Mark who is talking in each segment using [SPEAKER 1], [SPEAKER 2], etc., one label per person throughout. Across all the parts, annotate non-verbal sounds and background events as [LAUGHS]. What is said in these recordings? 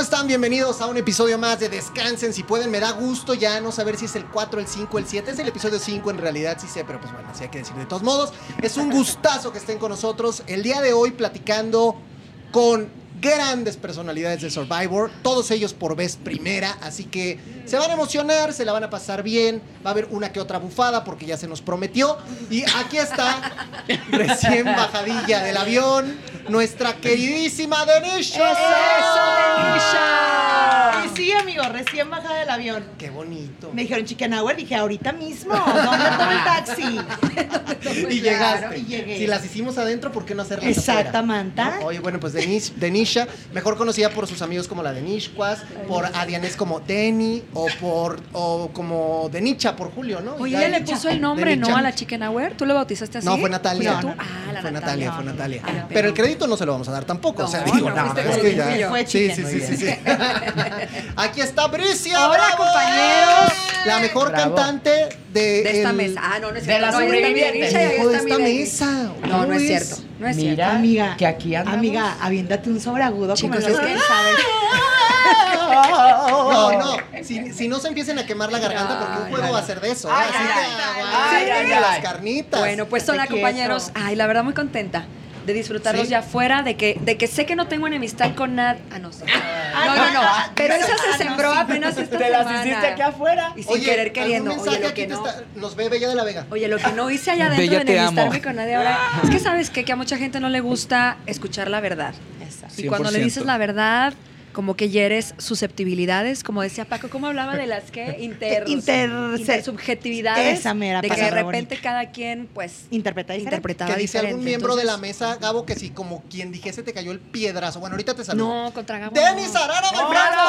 [SPEAKER 1] están? Bienvenidos a un episodio más de Descansen. Si pueden, me da gusto ya no saber si es el 4, el 5, el 7. Es el episodio 5 en realidad, sí sé, pero pues bueno, así hay que decir. De todos modos, es un gustazo que estén con nosotros el día de hoy platicando con grandes personalidades de Survivor, todos ellos por vez primera, así que se van a emocionar, se la van a pasar bien, va a haber una que otra bufada porque ya se nos prometió. Y aquí está, [LAUGHS] recién bajadilla del avión, nuestra queridísima Denisha.
[SPEAKER 2] ¡Eso, Y sí, amigo, recién bajada del avión.
[SPEAKER 1] ¡Qué bonito!
[SPEAKER 2] Me dijeron chicken hour, dije ahorita mismo, ¿dónde tomo el taxi?
[SPEAKER 1] y llegaste.
[SPEAKER 2] y llegué.
[SPEAKER 1] Si las hicimos adentro, ¿por qué no hacerlas
[SPEAKER 2] Exactamente.
[SPEAKER 1] afuera? ¿No? Oye, bueno, pues Denis- Denisha, mejor conocida por sus amigos como la Denishquas, por Adianés como Denny o por o como Denicha por Julio, ¿no?
[SPEAKER 3] Oye,
[SPEAKER 1] Ya
[SPEAKER 3] ella le
[SPEAKER 1] Denicha.
[SPEAKER 3] puso el nombre,
[SPEAKER 1] Denicha.
[SPEAKER 3] ¿no? A la chicken hour. ¿Tú le bautizaste así?
[SPEAKER 1] No, fue Natalia. No,
[SPEAKER 3] ¿Fuiste tú?
[SPEAKER 1] no,
[SPEAKER 3] Ah, la
[SPEAKER 1] fue Natalia, fue Natalia.
[SPEAKER 3] Ah,
[SPEAKER 1] pero, el crédito no se lo vamos a dar tampoco. o sea,
[SPEAKER 3] No,
[SPEAKER 1] digo,
[SPEAKER 3] no,
[SPEAKER 1] no,
[SPEAKER 3] fuiste
[SPEAKER 1] es que
[SPEAKER 3] Julio.
[SPEAKER 1] ya.
[SPEAKER 2] Fue
[SPEAKER 1] sí, sí,
[SPEAKER 2] chicken.
[SPEAKER 1] sí, sí, [LAUGHS] sí. Aquí está Bricia.
[SPEAKER 3] Hola,
[SPEAKER 1] ¡bravo!
[SPEAKER 3] compañeros.
[SPEAKER 1] La mejor
[SPEAKER 4] Bravo.
[SPEAKER 1] cantante de,
[SPEAKER 4] De esta
[SPEAKER 1] el-
[SPEAKER 4] mesa. Ah, no, no es
[SPEAKER 5] De
[SPEAKER 4] cierto.
[SPEAKER 5] las
[SPEAKER 4] No, ahí está mi
[SPEAKER 5] sobrevivientes.
[SPEAKER 4] derecha y ahí
[SPEAKER 1] Hijo de
[SPEAKER 4] está mi
[SPEAKER 1] esta
[SPEAKER 4] derecha.
[SPEAKER 1] mesa.
[SPEAKER 4] No, no es
[SPEAKER 1] ¿Cómo
[SPEAKER 4] cierto. No es cierto.
[SPEAKER 5] Mira,
[SPEAKER 2] Amiga,
[SPEAKER 5] que aquí andamos.
[SPEAKER 2] Amiga, aviéntate un sobreagudo como
[SPEAKER 1] Pues
[SPEAKER 4] Chicos,
[SPEAKER 2] los
[SPEAKER 4] es que
[SPEAKER 2] que-
[SPEAKER 4] él
[SPEAKER 1] [LAUGHS]
[SPEAKER 4] sabe.
[SPEAKER 5] Oh.
[SPEAKER 1] No, no. Si, si no se empiecen a quemar la garganta, porque un
[SPEAKER 4] Ay,
[SPEAKER 1] juego
[SPEAKER 4] ay,
[SPEAKER 1] va a ser de eso.
[SPEAKER 5] ay,
[SPEAKER 1] Así
[SPEAKER 5] ay,
[SPEAKER 1] que
[SPEAKER 5] ay,
[SPEAKER 1] aguántenle
[SPEAKER 5] ay, ay, ay.
[SPEAKER 1] las carnitas.
[SPEAKER 3] Bueno, pues hola,
[SPEAKER 2] Te
[SPEAKER 3] compañeros.
[SPEAKER 2] quiero.
[SPEAKER 3] Ay, la verdad, muy contenta de disfrutarlos
[SPEAKER 1] ¿Sí?
[SPEAKER 3] ya afuera, de que, de que sé que no tengo enemistad con nadie. Ah, no sé. No,
[SPEAKER 2] no,
[SPEAKER 3] no, no.
[SPEAKER 2] ah,
[SPEAKER 3] Pero
[SPEAKER 2] ah,
[SPEAKER 3] esa se
[SPEAKER 2] no,
[SPEAKER 3] sembró
[SPEAKER 2] sí.
[SPEAKER 3] apenas esta
[SPEAKER 5] Te las
[SPEAKER 3] semana.
[SPEAKER 5] hiciste aquí afuera.
[SPEAKER 3] Y sin
[SPEAKER 1] Oye,
[SPEAKER 3] querer
[SPEAKER 1] ¿algún
[SPEAKER 3] queriendo.
[SPEAKER 1] mensaje
[SPEAKER 3] Oye, lo
[SPEAKER 1] aquí
[SPEAKER 3] que
[SPEAKER 1] te
[SPEAKER 3] no.
[SPEAKER 1] está- nos ve Bella de la Vega.
[SPEAKER 3] Oye, lo que no hice allá adentro
[SPEAKER 6] [LAUGHS] Bella,
[SPEAKER 3] de
[SPEAKER 6] te amo.
[SPEAKER 3] enemistarme con nadie ahora. Es que sabes qué? que a mucha gente no le gusta escuchar la verdad. Y cuando le dices
[SPEAKER 6] 100%.
[SPEAKER 3] la verdad, como que hieres susceptibilidades, como decía Paco, ¿cómo hablaba de las que inter,
[SPEAKER 2] Inter-
[SPEAKER 3] intersubjetividades?
[SPEAKER 2] Esa mera
[SPEAKER 3] de que de
[SPEAKER 2] palabra
[SPEAKER 3] repente cada quien pues
[SPEAKER 2] Interpreta diferente.
[SPEAKER 3] interpretaba
[SPEAKER 1] Que dice
[SPEAKER 3] diferente.
[SPEAKER 1] algún miembro de la
[SPEAKER 3] Entonces,
[SPEAKER 1] mesa, Gabo, que si como quien dijese te cayó el piedrazo. Bueno, ahorita te saludo.
[SPEAKER 3] No, contra Gabo.
[SPEAKER 1] Denis
[SPEAKER 3] no.
[SPEAKER 1] Arara Valverde,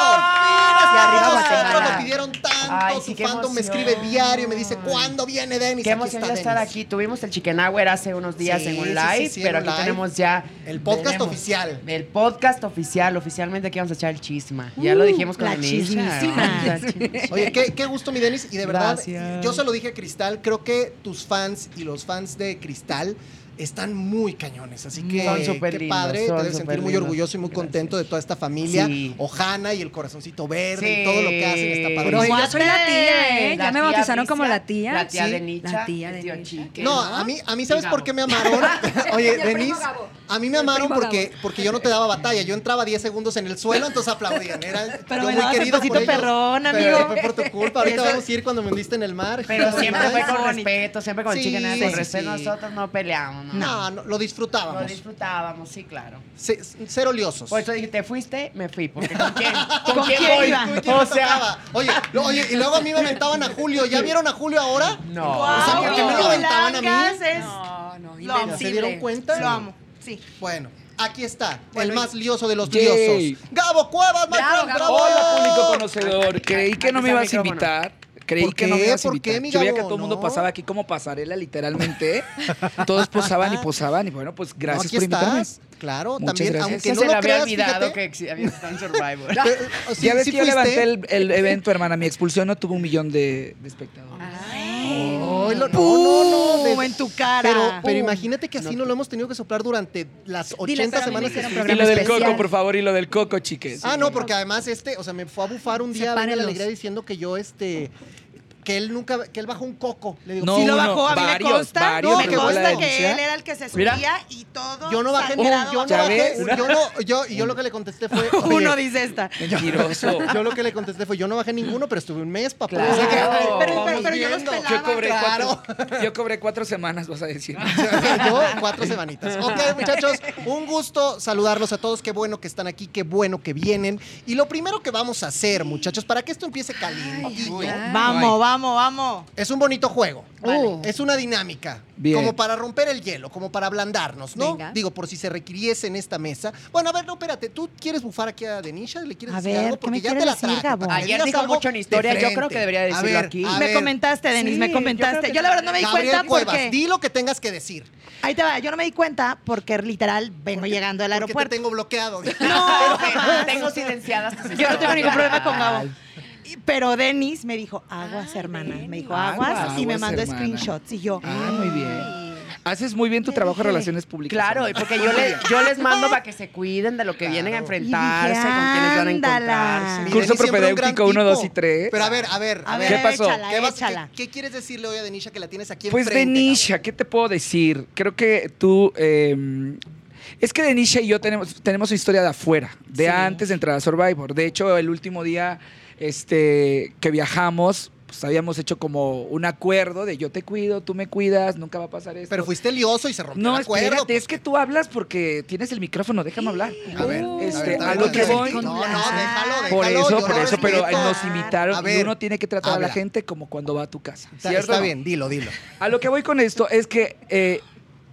[SPEAKER 3] Y arriba
[SPEAKER 1] por fin, está con
[SPEAKER 3] Guatemala.
[SPEAKER 1] nosotros, lo pidieron tanto,
[SPEAKER 5] Ay, sí,
[SPEAKER 1] su
[SPEAKER 5] qué
[SPEAKER 1] fandom me
[SPEAKER 5] emoción.
[SPEAKER 1] escribe diario y me dice, ¿cuándo viene Denis?
[SPEAKER 5] Qué
[SPEAKER 1] Aquí
[SPEAKER 5] emoción
[SPEAKER 1] está
[SPEAKER 5] de estar
[SPEAKER 1] Denis.
[SPEAKER 5] aquí. Tuvimos el Chicken Hour hace unos días
[SPEAKER 1] Sí,
[SPEAKER 5] en un
[SPEAKER 1] sí,
[SPEAKER 5] live,
[SPEAKER 1] sí, sí, en
[SPEAKER 5] pero
[SPEAKER 1] un
[SPEAKER 5] aquí
[SPEAKER 1] live.
[SPEAKER 5] tenemos ya.
[SPEAKER 1] El podcast oficial.
[SPEAKER 5] El podcast oficial. Oficialmente aquí vamos a echar el chisma. Ya
[SPEAKER 1] Uh,
[SPEAKER 5] lo dijimos con
[SPEAKER 2] la
[SPEAKER 5] Anisha, ¿no?
[SPEAKER 2] chismísima.
[SPEAKER 5] La chismísima.
[SPEAKER 1] Oye, qué, qué gusto, mi Denis. Y de verdad,
[SPEAKER 5] Gracias.
[SPEAKER 1] yo se lo dije a Cristal, creo que tus fans y los fans de Cristal están muy cañones. Así que
[SPEAKER 5] Son súper
[SPEAKER 1] qué
[SPEAKER 5] lindos,
[SPEAKER 1] padre,
[SPEAKER 5] son
[SPEAKER 1] te debes
[SPEAKER 5] súper
[SPEAKER 1] sentir muy
[SPEAKER 5] lindos.
[SPEAKER 1] orgulloso y muy
[SPEAKER 5] Gracias.
[SPEAKER 1] contento de toda esta familia.
[SPEAKER 5] Sí.
[SPEAKER 1] Ojana y el corazoncito verde y
[SPEAKER 5] Sí.
[SPEAKER 1] todo lo que hacen está
[SPEAKER 3] Pero
[SPEAKER 1] padrísimo.
[SPEAKER 3] yo soy la tía, ¿eh?
[SPEAKER 5] La
[SPEAKER 3] ya me
[SPEAKER 5] tía
[SPEAKER 3] bautizaron
[SPEAKER 5] Alicia,
[SPEAKER 3] como la tía.
[SPEAKER 5] La tía
[SPEAKER 1] Sí,
[SPEAKER 5] de Nicha.
[SPEAKER 3] la tía de
[SPEAKER 5] el tío
[SPEAKER 3] Nicha.
[SPEAKER 5] Chique,
[SPEAKER 1] No, a mí, a mí ¿sabes
[SPEAKER 5] Y
[SPEAKER 1] por
[SPEAKER 5] Gabo.
[SPEAKER 1] qué me amaron? [LAUGHS]
[SPEAKER 3] Y
[SPEAKER 1] Oye,
[SPEAKER 3] el primo
[SPEAKER 1] Denis,
[SPEAKER 3] Gabo.
[SPEAKER 1] a mí
[SPEAKER 3] Y
[SPEAKER 1] me
[SPEAKER 3] el
[SPEAKER 1] amaron
[SPEAKER 3] primo
[SPEAKER 1] porque, porque yo no te daba batalla. Yo entraba 10 segundos en el suelo, entonces aplaudían. Era
[SPEAKER 2] Pero
[SPEAKER 1] yo
[SPEAKER 2] me
[SPEAKER 1] muy
[SPEAKER 2] dabas el
[SPEAKER 1] querido por
[SPEAKER 2] pasito
[SPEAKER 1] ellos,
[SPEAKER 2] perrón,
[SPEAKER 1] pero
[SPEAKER 2] amigo.
[SPEAKER 1] fue por tu culpa. Ahorita
[SPEAKER 5] Eso-
[SPEAKER 1] vamos a ir cuando me hundiste en el mar.
[SPEAKER 5] Pero siempre fue con
[SPEAKER 2] Bonito.
[SPEAKER 5] respeto, siempre con el
[SPEAKER 1] Sí,
[SPEAKER 5] Chicken Hour. Con
[SPEAKER 1] sí,
[SPEAKER 5] respeto
[SPEAKER 1] sí.
[SPEAKER 5] nosotros no peleamos. No.
[SPEAKER 1] No, no, lo
[SPEAKER 5] Lo Pues,
[SPEAKER 1] disfrutábamos.
[SPEAKER 5] disfrutábamos, sí, claro.
[SPEAKER 1] Se- ser oliosos.
[SPEAKER 5] Por eso dije, te fuiste, me fui.
[SPEAKER 1] [LAUGHS]
[SPEAKER 5] Porque ¿con quién? ¿Con,
[SPEAKER 2] ¿Con
[SPEAKER 5] quién,
[SPEAKER 2] quién
[SPEAKER 5] voy?
[SPEAKER 2] iba?
[SPEAKER 1] ¿Con quién
[SPEAKER 5] O
[SPEAKER 1] me
[SPEAKER 5] sea,
[SPEAKER 1] tocaba? Oye, lo- oye, y luego a mí me aventaban a Julio. ¿Ya vieron a Julio ahora?
[SPEAKER 5] no.
[SPEAKER 2] Guau,
[SPEAKER 1] O sea, ¿por qué me lo
[SPEAKER 2] Julio
[SPEAKER 1] aventaban a mí?
[SPEAKER 2] Blancas es-
[SPEAKER 3] No, no,
[SPEAKER 2] Lo amo.
[SPEAKER 3] invencible.
[SPEAKER 1] ¿Se dieron cuenta?
[SPEAKER 2] Lo amo. Sí.
[SPEAKER 1] Bueno, aquí está, el más lioso de los
[SPEAKER 6] Yay.
[SPEAKER 1] liosos. Gabo Cuevas, my
[SPEAKER 3] Bravo,
[SPEAKER 1] friend,
[SPEAKER 3] Gabo.
[SPEAKER 6] Hola, público conocedor. Creí que no me ibas a
[SPEAKER 5] Aquí está el micrófono.
[SPEAKER 6] invitar. Creí
[SPEAKER 1] ¿Por
[SPEAKER 6] que no
[SPEAKER 1] qué?
[SPEAKER 6] me ibas a
[SPEAKER 1] ¿Por qué,
[SPEAKER 6] invitar.
[SPEAKER 1] mi
[SPEAKER 6] Yo veía
[SPEAKER 1] Gabo?
[SPEAKER 6] que todo el mundo
[SPEAKER 1] No.
[SPEAKER 6] pasaba aquí como pasarela, literalmente. Todos posaban y posaban. Y bueno, pues
[SPEAKER 1] No, Ah.
[SPEAKER 6] gracias
[SPEAKER 1] aquí
[SPEAKER 6] por invitarme.
[SPEAKER 1] estás. Claro,
[SPEAKER 6] Muchas
[SPEAKER 1] también,
[SPEAKER 6] gracias.
[SPEAKER 1] aunque
[SPEAKER 5] Que
[SPEAKER 1] no
[SPEAKER 5] se
[SPEAKER 1] lo
[SPEAKER 5] le había
[SPEAKER 1] creas,
[SPEAKER 5] olvidado
[SPEAKER 1] fíjate,
[SPEAKER 5] que exi- había estado en Survivor. [LAUGHS]
[SPEAKER 1] pero, o sí-
[SPEAKER 6] ya ves
[SPEAKER 1] sí
[SPEAKER 6] que yo
[SPEAKER 1] fuiste.
[SPEAKER 6] levanté el, el evento, hermana. Mi expulsión no tuvo un millón de, de espectadores.
[SPEAKER 3] Ah, Ay.
[SPEAKER 1] Ay, lo- no, no, no, de-
[SPEAKER 2] ¡Pum! en tu cara.
[SPEAKER 1] Pero, pero
[SPEAKER 2] ¡Pum!
[SPEAKER 1] imagínate que así no, lo hemos tenido que soplar durante las 80
[SPEAKER 3] Dile, pero a mí me
[SPEAKER 1] semanas que estuvimos.
[SPEAKER 3] hicieron
[SPEAKER 6] y
[SPEAKER 3] programa
[SPEAKER 6] lo del
[SPEAKER 3] especial.
[SPEAKER 6] coco, por favor, y lo del coco, chiques.
[SPEAKER 1] Ah, no, porque además este, o sea, me fue a bufar un día venga la
[SPEAKER 3] Sepárenlos.
[SPEAKER 1] alegría diciendo que yo este que él nunca que él bajó un coco. Le digo,
[SPEAKER 6] No,
[SPEAKER 1] "Sí,
[SPEAKER 2] si lo
[SPEAKER 6] uno,
[SPEAKER 2] bajó, a mí
[SPEAKER 6] varios,
[SPEAKER 2] me consta,
[SPEAKER 6] varios,
[SPEAKER 2] me
[SPEAKER 1] porque fue la
[SPEAKER 2] consta que
[SPEAKER 6] denuncia.
[SPEAKER 2] él era el que se subía
[SPEAKER 6] Mira.
[SPEAKER 2] y todo.
[SPEAKER 1] yo no bajé, yo
[SPEAKER 2] sangrado,
[SPEAKER 1] no
[SPEAKER 6] ¿ya
[SPEAKER 1] bajé,
[SPEAKER 6] ves?
[SPEAKER 1] yo no, yo, y yo
[SPEAKER 6] [LAUGHS]
[SPEAKER 1] lo que le contesté fue,
[SPEAKER 2] Uno
[SPEAKER 1] oye,
[SPEAKER 2] dice esta.
[SPEAKER 6] Mentiroso.
[SPEAKER 1] [LAUGHS] yo lo que le contesté fue, yo no bajé ninguno, pero estuve un mes, papá.
[SPEAKER 5] Claro.
[SPEAKER 1] O sea que,
[SPEAKER 5] Pero-
[SPEAKER 1] vamos
[SPEAKER 2] pero- pero yo los
[SPEAKER 1] viendo.
[SPEAKER 2] pelaba,
[SPEAKER 6] Yo cobré,
[SPEAKER 1] claro. Ah.
[SPEAKER 6] cuatro, [LAUGHS] yo cobré cuatro semanas, vas a decir.
[SPEAKER 1] O sea, yo cuatro semanitas. Ok, muchachos, un gusto saludarlos a todos. Qué bueno que están aquí, qué bueno que vienen. Y lo primero que vamos a hacer, muchachos, para que esto empiece calientito,
[SPEAKER 3] ay, ay.
[SPEAKER 2] Vamos, vamos, vamos.
[SPEAKER 1] es un bonito juego.
[SPEAKER 3] Vale.
[SPEAKER 1] Es una dinámica.
[SPEAKER 6] Bien.
[SPEAKER 1] Como para romper el hielo, como para ablandarnos, ¿no?
[SPEAKER 3] Venga.
[SPEAKER 1] Digo, por si se requiriese en esta mesa. Bueno, a ver, no, espérate. ¿Tú quieres bufar aquí a Denisha? ¿Le quieres
[SPEAKER 2] A
[SPEAKER 1] decir
[SPEAKER 2] ver,
[SPEAKER 1] algo?
[SPEAKER 2] ¿qué
[SPEAKER 1] Porque
[SPEAKER 2] me
[SPEAKER 1] ya
[SPEAKER 2] quieres
[SPEAKER 1] te la
[SPEAKER 2] decir,
[SPEAKER 1] trajo.
[SPEAKER 2] Gabo?
[SPEAKER 1] Para que
[SPEAKER 5] Ayer
[SPEAKER 1] digas
[SPEAKER 5] dijo
[SPEAKER 1] algo
[SPEAKER 5] mucho en historia,
[SPEAKER 1] de
[SPEAKER 5] yo creo
[SPEAKER 1] frente.
[SPEAKER 5] que debería
[SPEAKER 1] A
[SPEAKER 5] decirlo
[SPEAKER 1] ver,
[SPEAKER 5] aquí.
[SPEAKER 1] a
[SPEAKER 2] me
[SPEAKER 1] ver,
[SPEAKER 2] comentaste, Denis,
[SPEAKER 5] Sí,
[SPEAKER 2] me
[SPEAKER 5] yo
[SPEAKER 2] comentaste.
[SPEAKER 5] creo
[SPEAKER 2] Yo,
[SPEAKER 5] que
[SPEAKER 2] la verdad no me di
[SPEAKER 1] Gabriel
[SPEAKER 2] cuenta
[SPEAKER 1] Cuevas,
[SPEAKER 2] porque.
[SPEAKER 1] di lo que tengas que decir.
[SPEAKER 2] Ahí te va, yo no me di cuenta porque literal vengo llegando del
[SPEAKER 1] Porque te
[SPEAKER 2] aeropuerto.
[SPEAKER 1] tengo bloqueado. [LAUGHS]
[SPEAKER 2] No,
[SPEAKER 5] [LAUGHS] Tengo silenciadas tus
[SPEAKER 2] yo no tengo ningún problema con Gabo.
[SPEAKER 5] historias.
[SPEAKER 2] Y- Pero Denis me dijo, aguas, hermana. Me dijo, aguas,
[SPEAKER 6] Aguas,
[SPEAKER 2] y me mandó
[SPEAKER 6] hermana.
[SPEAKER 2] screenshots. Y yo,
[SPEAKER 6] Ah, muy bien. Haces muy bien tu
[SPEAKER 2] Le
[SPEAKER 6] trabajo de
[SPEAKER 2] dije.
[SPEAKER 6] relaciones públicas.
[SPEAKER 5] Claro,
[SPEAKER 6] Ana.
[SPEAKER 5] porque yo, le- yo les mando para que se cuiden de lo que vienen a enfrentarse, con quienes van a
[SPEAKER 2] "Ándala".
[SPEAKER 5] encontrarse.
[SPEAKER 6] Curso
[SPEAKER 1] Denis siempre un gran
[SPEAKER 6] propedéutico uno,
[SPEAKER 1] tipo.
[SPEAKER 6] dos y tres.
[SPEAKER 1] Pero a ver, a ver, a
[SPEAKER 2] A
[SPEAKER 1] ver.
[SPEAKER 2] ver,
[SPEAKER 6] ¿Qué pasó?
[SPEAKER 2] échala,
[SPEAKER 1] ¿Qué, vas- qué-
[SPEAKER 2] échala.
[SPEAKER 1] qué quieres decirle hoy a Denisha que la tienes aquí
[SPEAKER 6] Pues
[SPEAKER 1] enfrente?
[SPEAKER 6] Denisha, ¿qué te puedo decir? Creo que tú... eh, es que Denisha y yo tenemos, tenemos su historia de afuera, de
[SPEAKER 5] Sí.
[SPEAKER 6] antes de entrar a Survivor. De hecho, el último día este, que viajamos, pues habíamos hecho como un acuerdo de yo te cuido, tú me cuidas, nunca va a pasar
[SPEAKER 1] cabrón?
[SPEAKER 6] esto.
[SPEAKER 1] Pero fuiste lioso y se rompió
[SPEAKER 6] No,
[SPEAKER 1] el acuerdo.
[SPEAKER 6] espérate,
[SPEAKER 1] pues.
[SPEAKER 6] es que tú hablas porque tienes el micrófono, déjame hablar.
[SPEAKER 1] A ver,
[SPEAKER 3] Uh,
[SPEAKER 1] a
[SPEAKER 6] este,
[SPEAKER 1] ver,
[SPEAKER 6] a lo que
[SPEAKER 1] déjalo,
[SPEAKER 6] voy-
[SPEAKER 1] No, no,
[SPEAKER 2] Con
[SPEAKER 1] déjalo,
[SPEAKER 2] la-
[SPEAKER 1] déjalo.
[SPEAKER 6] Por
[SPEAKER 1] yo
[SPEAKER 6] eso,
[SPEAKER 1] lo
[SPEAKER 6] por eso, pero
[SPEAKER 1] respeto.
[SPEAKER 6] ay, nos
[SPEAKER 1] A
[SPEAKER 6] invitaron y
[SPEAKER 1] ver,
[SPEAKER 6] uno tiene que tratar a la
[SPEAKER 1] habla.
[SPEAKER 6] gente como cuando va a tu casa.
[SPEAKER 1] Está,
[SPEAKER 6] ¿cierto?
[SPEAKER 1] está bien, dilo, dilo.
[SPEAKER 6] A lo que voy con esto es que eh,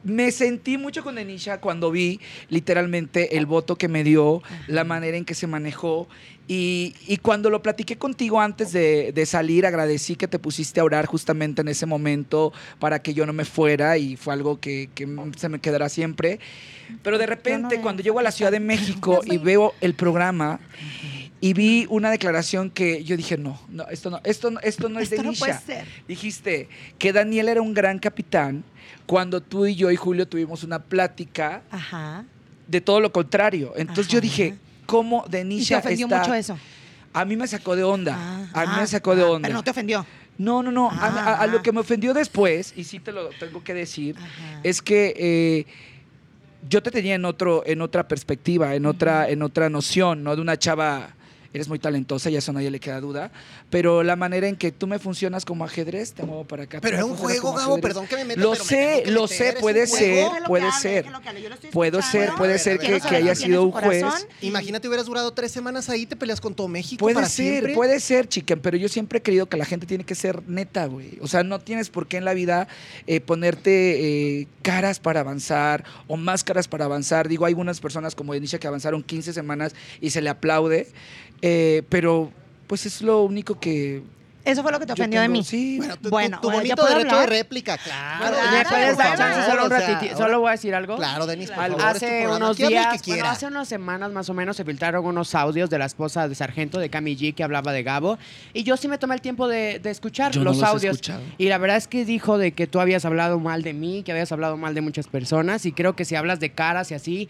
[SPEAKER 6] me sentí mucho con Denisha cuando vi literalmente el voto que me dio, la manera en que se manejó. Y, y cuando lo platiqué contigo antes de, de salir, agradecí que te pusiste a orar justamente en ese momento para que yo no me fuera y fue algo que, que
[SPEAKER 2] Oh.
[SPEAKER 6] se me quedará siempre. Pero de repente,
[SPEAKER 2] veo.
[SPEAKER 6] cuando llego a la Ciudad
[SPEAKER 2] [LAUGHS]
[SPEAKER 6] de México y veo el programa y vi una declaración que yo dije, no, no, esto no, esto, no- esto no es
[SPEAKER 2] Esto no
[SPEAKER 6] Denisha.
[SPEAKER 2] puede ser.
[SPEAKER 6] Dijiste que Daniel era un gran capitán cuando tú y yo y Julio tuvimos una plática
[SPEAKER 2] Ajá.
[SPEAKER 6] de todo lo contrario. Entonces
[SPEAKER 2] Ajá.
[SPEAKER 6] yo dije, ¿cómo
[SPEAKER 2] Y te
[SPEAKER 6] Denisha
[SPEAKER 2] ofendió
[SPEAKER 6] está?
[SPEAKER 2] mucho eso.
[SPEAKER 6] A mí me sacó de onda. a mí
[SPEAKER 2] Ah,
[SPEAKER 6] me sacó de
[SPEAKER 2] ah,
[SPEAKER 6] onda.
[SPEAKER 2] Pero no te ofendió.
[SPEAKER 6] no, no, no. A- a, a
[SPEAKER 2] Ah.
[SPEAKER 6] lo que me ofendió después, y sí te lo tengo que decir,
[SPEAKER 2] Ajá.
[SPEAKER 6] es que eh, yo te tenía en otro, en otra perspectiva, en otra, en otra noción, ¿no? De una chava, eres muy talentosa y a eso nadie le queda duda. Pero la manera en que tú me funcionas como ajedrez, te muevo para acá. tú
[SPEAKER 1] Pero es
[SPEAKER 6] me
[SPEAKER 1] un
[SPEAKER 6] funcionas
[SPEAKER 1] juego,
[SPEAKER 6] como
[SPEAKER 1] Gabo,
[SPEAKER 6] ajedrez.
[SPEAKER 1] perdón que me meta.
[SPEAKER 6] Lo
[SPEAKER 1] pero me
[SPEAKER 6] sé,
[SPEAKER 1] tengo que
[SPEAKER 6] lo
[SPEAKER 1] meter,
[SPEAKER 6] sé,
[SPEAKER 1] es un
[SPEAKER 6] puede
[SPEAKER 1] juego.
[SPEAKER 6] ser.
[SPEAKER 2] Déjalo que
[SPEAKER 6] puede
[SPEAKER 2] hable,
[SPEAKER 6] ser.
[SPEAKER 2] déjalo que hable, yo lo estoy
[SPEAKER 6] Puedo
[SPEAKER 2] escuchando.
[SPEAKER 6] ser, puede
[SPEAKER 1] ver,
[SPEAKER 6] ser
[SPEAKER 1] a ver,
[SPEAKER 6] que,
[SPEAKER 1] a ver.
[SPEAKER 6] que haya
[SPEAKER 1] Quiero saber
[SPEAKER 6] sido un
[SPEAKER 2] quién es su
[SPEAKER 6] juez.
[SPEAKER 2] corazón.
[SPEAKER 1] Imagínate, hubieras durado tres semanas ahí, te peleas con todo México.
[SPEAKER 6] Puede
[SPEAKER 1] para
[SPEAKER 6] ser,
[SPEAKER 1] siempre.
[SPEAKER 6] puede ser, chica, pero yo siempre he creído que la gente tiene que ser neta, güey. O sea, no tienes por qué en la vida eh, ponerte eh, caras para avanzar o máscaras para avanzar. Digo, hay algunas personas como Denisha que avanzaron 15 semanas y se le aplaude, eh, pero pues es lo único que...
[SPEAKER 2] Eso fue lo que te
[SPEAKER 6] yo
[SPEAKER 2] ofendió de
[SPEAKER 6] tengo.
[SPEAKER 2] mí.
[SPEAKER 6] Sí,
[SPEAKER 1] Bueno, tu,
[SPEAKER 2] Bueno,
[SPEAKER 1] tu- tu
[SPEAKER 2] ahora,
[SPEAKER 1] bonito
[SPEAKER 2] ¿ya puedo
[SPEAKER 1] derecho de
[SPEAKER 2] hablar?
[SPEAKER 1] réplica, claro.
[SPEAKER 2] Claro,
[SPEAKER 1] Denis,
[SPEAKER 5] ¿Me puedes
[SPEAKER 1] por
[SPEAKER 5] dar chance?
[SPEAKER 1] favor,
[SPEAKER 5] Solo, un
[SPEAKER 1] o sea,
[SPEAKER 5] ratito- solo voy a decir algo.
[SPEAKER 1] Claro, Denis, por
[SPEAKER 5] Al-
[SPEAKER 1] favor, es tu
[SPEAKER 5] hace
[SPEAKER 1] programa.
[SPEAKER 5] unos
[SPEAKER 1] Aquí hable el que
[SPEAKER 5] días, bueno,
[SPEAKER 1] quiera.
[SPEAKER 5] hace unas semanas más o menos se filtraron unos audios de la esposa de Sargento de Cami G que hablaba de Gabo y yo sí me tomé el tiempo de, de escuchar
[SPEAKER 6] Yo no
[SPEAKER 5] los
[SPEAKER 6] los he
[SPEAKER 5] audios
[SPEAKER 6] escuchado.
[SPEAKER 5] y la verdad es que dijo de que tú habías hablado mal de mí, que habías hablado mal de muchas personas y creo que si hablas de caras y así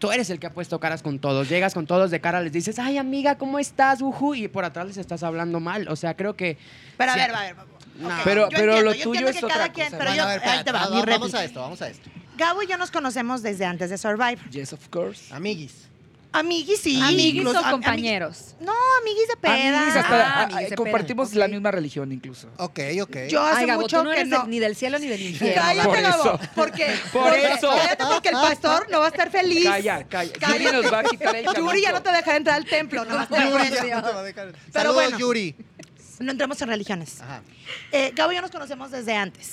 [SPEAKER 5] Tú eres el que ha puesto caras con todos. Llegas con todos de cara, les dices, ay amiga, ¿cómo estás? Ujú", y por atrás les estás hablando mal. O sea, creo que
[SPEAKER 2] Pero a
[SPEAKER 5] Sí.
[SPEAKER 2] ver, a ver. ok,
[SPEAKER 5] No.
[SPEAKER 2] yo
[SPEAKER 6] Pero- pero
[SPEAKER 2] entiendo,
[SPEAKER 6] lo
[SPEAKER 2] yo entiendo
[SPEAKER 6] tuyo
[SPEAKER 2] que
[SPEAKER 6] es
[SPEAKER 2] cada
[SPEAKER 6] otra
[SPEAKER 2] quien,
[SPEAKER 6] cosa.
[SPEAKER 2] Pero
[SPEAKER 1] Bueno,
[SPEAKER 2] yo,
[SPEAKER 1] a ver,
[SPEAKER 2] ahí te va,
[SPEAKER 1] espérate,
[SPEAKER 2] mi
[SPEAKER 1] va- vamos
[SPEAKER 2] réplica.
[SPEAKER 1] a esto, vamos a esto.
[SPEAKER 2] Gabo y yo nos conocemos desde antes de Survivor.
[SPEAKER 6] Yes, of course.
[SPEAKER 1] Amiguis.
[SPEAKER 2] Amiguis sí.
[SPEAKER 3] Amiguis
[SPEAKER 2] incluso-
[SPEAKER 3] o
[SPEAKER 2] am- amiguis-
[SPEAKER 3] compañeros.
[SPEAKER 2] No, amiguis de peda.
[SPEAKER 6] Amiguis, hasta-
[SPEAKER 3] Ah,
[SPEAKER 6] a-
[SPEAKER 3] amiguis de
[SPEAKER 6] a-
[SPEAKER 3] peda,
[SPEAKER 6] compartimos la
[SPEAKER 3] ok.
[SPEAKER 6] misma religión incluso.
[SPEAKER 1] Ok, ok. [LAUGHS]
[SPEAKER 2] Yo hace
[SPEAKER 3] Ay, Gabo,
[SPEAKER 2] mucho
[SPEAKER 3] tú no
[SPEAKER 2] que
[SPEAKER 3] eres
[SPEAKER 2] no.
[SPEAKER 3] de- ni del cielo ni del infierno.
[SPEAKER 2] Cállate,
[SPEAKER 6] Por
[SPEAKER 2] Gabo,
[SPEAKER 6] eso.
[SPEAKER 2] porque,
[SPEAKER 6] Por
[SPEAKER 2] porque-
[SPEAKER 6] eso.
[SPEAKER 2] Cállate porque el pastor no va a estar feliz.
[SPEAKER 6] Calla, calla.
[SPEAKER 2] Cállate.
[SPEAKER 6] Yuri nos va a quitar el
[SPEAKER 2] Yuri ya no
[SPEAKER 6] chamaco.
[SPEAKER 2] te dejará entrar al templo. No,
[SPEAKER 1] Yuri ya no te va a dejar. Saludos,
[SPEAKER 2] bueno.
[SPEAKER 1] Yuri.
[SPEAKER 2] no entremos en religiones.
[SPEAKER 1] Ajá.
[SPEAKER 2] Eh, Gabo y yo nos conocemos desde antes.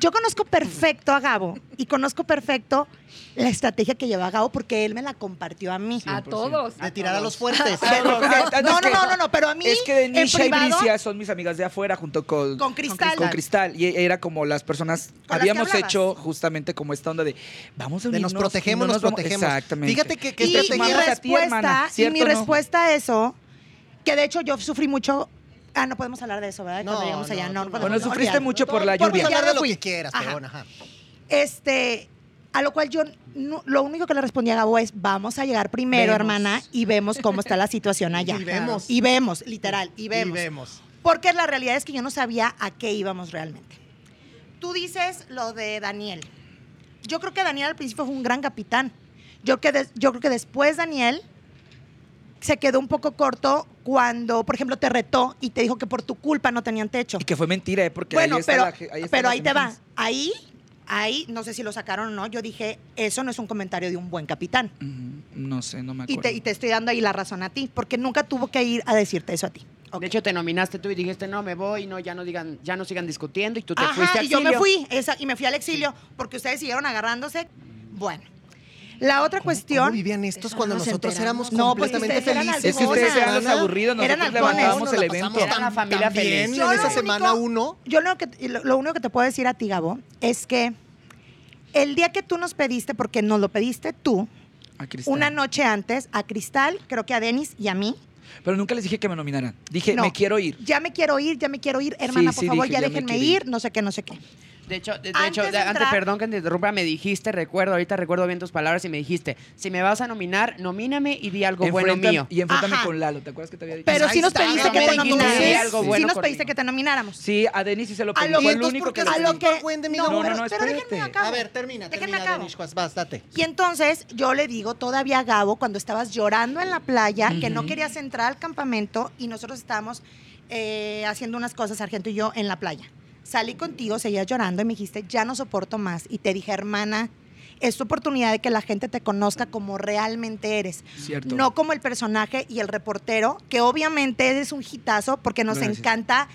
[SPEAKER 2] Yo conozco perfecto a Gabo y conozco perfecto la estrategia que lleva Gabo porque él me la compartió a
[SPEAKER 6] Ah,
[SPEAKER 2] mí.
[SPEAKER 3] A todos.
[SPEAKER 1] De tirar a los fuertes.
[SPEAKER 6] No, no,
[SPEAKER 2] No, no, no, no, no, pero a mí
[SPEAKER 6] Es que
[SPEAKER 2] en
[SPEAKER 6] Denisha y
[SPEAKER 2] privado
[SPEAKER 6] Bricia son mis amigas de afuera junto con,
[SPEAKER 2] con cristal.
[SPEAKER 6] con Cristal. Y era como las personas.
[SPEAKER 2] Con las que
[SPEAKER 6] habíamos
[SPEAKER 2] hablabas.
[SPEAKER 6] hecho justamente como esta onda de vamos a
[SPEAKER 1] De nos
[SPEAKER 6] unirnos.
[SPEAKER 1] protegemos,
[SPEAKER 6] no
[SPEAKER 1] nos
[SPEAKER 6] vamos-
[SPEAKER 1] protegemos.
[SPEAKER 6] Exactamente.
[SPEAKER 1] Fíjate que, que
[SPEAKER 2] y mi
[SPEAKER 1] estrategia-
[SPEAKER 6] Vamos a ti, hermana,
[SPEAKER 2] respuesta, y
[SPEAKER 6] ¿cierto
[SPEAKER 2] mi
[SPEAKER 6] o no?
[SPEAKER 2] respuesta a eso, que de hecho yo sufrí mucho. Ah, no podemos hablar de eso, ¿verdad?
[SPEAKER 1] No,
[SPEAKER 2] Cuando llegamos allá,
[SPEAKER 1] no,
[SPEAKER 2] no,
[SPEAKER 1] tú
[SPEAKER 2] no
[SPEAKER 1] no.
[SPEAKER 2] podemos.
[SPEAKER 6] Bueno, sufriste
[SPEAKER 2] olvídalo.
[SPEAKER 6] mucho por la
[SPEAKER 2] Por
[SPEAKER 6] lluvia.
[SPEAKER 1] Puedes hablar de lo
[SPEAKER 2] fui.
[SPEAKER 1] que quieras,
[SPEAKER 2] Ajá.
[SPEAKER 1] pero bueno, ajá.
[SPEAKER 2] Este, a lo cual yo, no- lo único que le respondí a Gabo es, vamos a llegar primero,
[SPEAKER 6] Vemos.
[SPEAKER 2] hermana, y vemos cómo está la situación allá.
[SPEAKER 1] Y vemos.
[SPEAKER 2] Y vemos, literal, y vemos. Porque la realidad es que yo no sabía a qué íbamos realmente. Tú dices lo de Daniel. Yo creo que Daniel al principio fue un gran capitán. Yo, que des- yo creo que después Daniel se quedó un poco corto cuando, por ejemplo, te retó y te dijo que por tu culpa no tenían techo.
[SPEAKER 6] Y que fue mentira, ¿eh? Porque
[SPEAKER 2] Bueno,
[SPEAKER 6] ahí está
[SPEAKER 2] pero,
[SPEAKER 6] la ge- ahí está
[SPEAKER 2] pero
[SPEAKER 6] la
[SPEAKER 2] ahí te va.
[SPEAKER 6] imagen.
[SPEAKER 2] Ahí, ahí, no sé si lo sacaron o no, yo dije, eso no es un comentario de un buen capitán.
[SPEAKER 6] Ujú, Mm, No sé, no me
[SPEAKER 2] Y
[SPEAKER 6] acuerdo.
[SPEAKER 2] te, y te estoy dando ahí la razón a ti, porque nunca tuvo que ir a decirte eso a ti. Ok.
[SPEAKER 5] De hecho, te nominaste tú y dijiste, no, me voy, no, ya no digan, ya no sigan discutiendo y tú te
[SPEAKER 2] Ajá,
[SPEAKER 5] fuiste al
[SPEAKER 2] y yo me fui, esa- y me fui al exilio, porque ustedes siguieron agarrándose. Bueno, la otra
[SPEAKER 1] ¿Cómo
[SPEAKER 2] cuestión...
[SPEAKER 1] vivían estos
[SPEAKER 3] Eso
[SPEAKER 1] cuando
[SPEAKER 3] no nos
[SPEAKER 1] nosotros
[SPEAKER 3] enteramos.
[SPEAKER 1] éramos
[SPEAKER 2] No, pues
[SPEAKER 1] completamente
[SPEAKER 2] ustedes eran
[SPEAKER 1] felices?
[SPEAKER 6] es que ustedes
[SPEAKER 2] Mona,
[SPEAKER 6] eran los
[SPEAKER 1] Ana,
[SPEAKER 6] aburridos,
[SPEAKER 2] eran
[SPEAKER 6] nosotros
[SPEAKER 2] halcones.
[SPEAKER 6] levantábamos el
[SPEAKER 1] la pasamos
[SPEAKER 6] evento.
[SPEAKER 5] Era una familia
[SPEAKER 1] tan bien
[SPEAKER 5] feliz.
[SPEAKER 2] Yo
[SPEAKER 1] en
[SPEAKER 2] lo
[SPEAKER 1] esa
[SPEAKER 2] único-
[SPEAKER 1] semana uno.
[SPEAKER 2] Yo lo, que, lo, lo único que te puedo decir a ti, Gabo, es que el día que tú nos pediste, porque nos lo pediste tú,
[SPEAKER 6] A Cristal.
[SPEAKER 2] una noche antes, a Cristal, creo que a Denis y a mí,
[SPEAKER 6] Pero nunca les dije que me nominaran. Dije,
[SPEAKER 2] No.
[SPEAKER 6] me quiero ir.
[SPEAKER 2] ya me quiero ir, ya me quiero ir, hermana,
[SPEAKER 6] Sí,
[SPEAKER 2] por
[SPEAKER 6] sí,
[SPEAKER 2] favor,
[SPEAKER 6] dije,
[SPEAKER 2] ya
[SPEAKER 6] ya me
[SPEAKER 2] déjenme
[SPEAKER 6] quiero
[SPEAKER 2] ir.
[SPEAKER 6] ir. Pues
[SPEAKER 2] no sé qué, no sé qué.
[SPEAKER 5] De hecho, de, de
[SPEAKER 2] Antes
[SPEAKER 5] hecho, de-
[SPEAKER 2] de
[SPEAKER 5] antes,
[SPEAKER 2] entrar-
[SPEAKER 5] perdón que te interrumpa, me dijiste, recuerdo, ahorita recuerdo bien tus palabras y me dijiste, si me vas a nominar, nomíname y di algo
[SPEAKER 6] Enfrenta-
[SPEAKER 5] bueno mío.
[SPEAKER 6] Y enfréntame
[SPEAKER 2] Ajá.
[SPEAKER 6] con Lalo, ¿te acuerdas que te había dicho?
[SPEAKER 2] Pero
[SPEAKER 1] Ahí
[SPEAKER 2] sí nos
[SPEAKER 1] está,
[SPEAKER 2] pediste que
[SPEAKER 1] ahí
[SPEAKER 2] te
[SPEAKER 1] está. Sí,
[SPEAKER 2] nomináramos.
[SPEAKER 5] algo
[SPEAKER 2] Sí
[SPEAKER 5] bueno
[SPEAKER 2] nos
[SPEAKER 5] con
[SPEAKER 2] pediste
[SPEAKER 5] él.
[SPEAKER 2] que te nomináramos.
[SPEAKER 6] Sí, a Denis sí se lo
[SPEAKER 2] A
[SPEAKER 6] pedí.
[SPEAKER 2] lo
[SPEAKER 6] Fue
[SPEAKER 2] que-
[SPEAKER 6] el único
[SPEAKER 1] porque
[SPEAKER 6] que le
[SPEAKER 2] a lo
[SPEAKER 6] pedí.
[SPEAKER 1] pedí.
[SPEAKER 2] que
[SPEAKER 1] Buen de mí,
[SPEAKER 2] no,
[SPEAKER 1] no,
[SPEAKER 2] pero-
[SPEAKER 6] no, no,
[SPEAKER 2] pero
[SPEAKER 6] espérate.
[SPEAKER 2] déjenme acabo.
[SPEAKER 1] A ver, termina,
[SPEAKER 2] Déjenme
[SPEAKER 1] termina,
[SPEAKER 2] acabo.
[SPEAKER 1] Denis Schwartz, vas, date.
[SPEAKER 2] Y entonces yo le digo todavía a Gabo cuando estabas llorando en la playa que no
[SPEAKER 6] Ujú.
[SPEAKER 2] querías entrar al campamento y nosotros estábamos eh, haciendo unas cosas, Sargento y yo, en la playa. Salí contigo, seguías llorando y me dijiste, ya no soporto más. Y te dije, hermana, es tu oportunidad de que la gente te conozca como realmente eres.
[SPEAKER 6] Cierto.
[SPEAKER 2] No como el personaje y el reportero, que obviamente es un hitazo porque nos
[SPEAKER 6] Gracias.
[SPEAKER 2] encanta.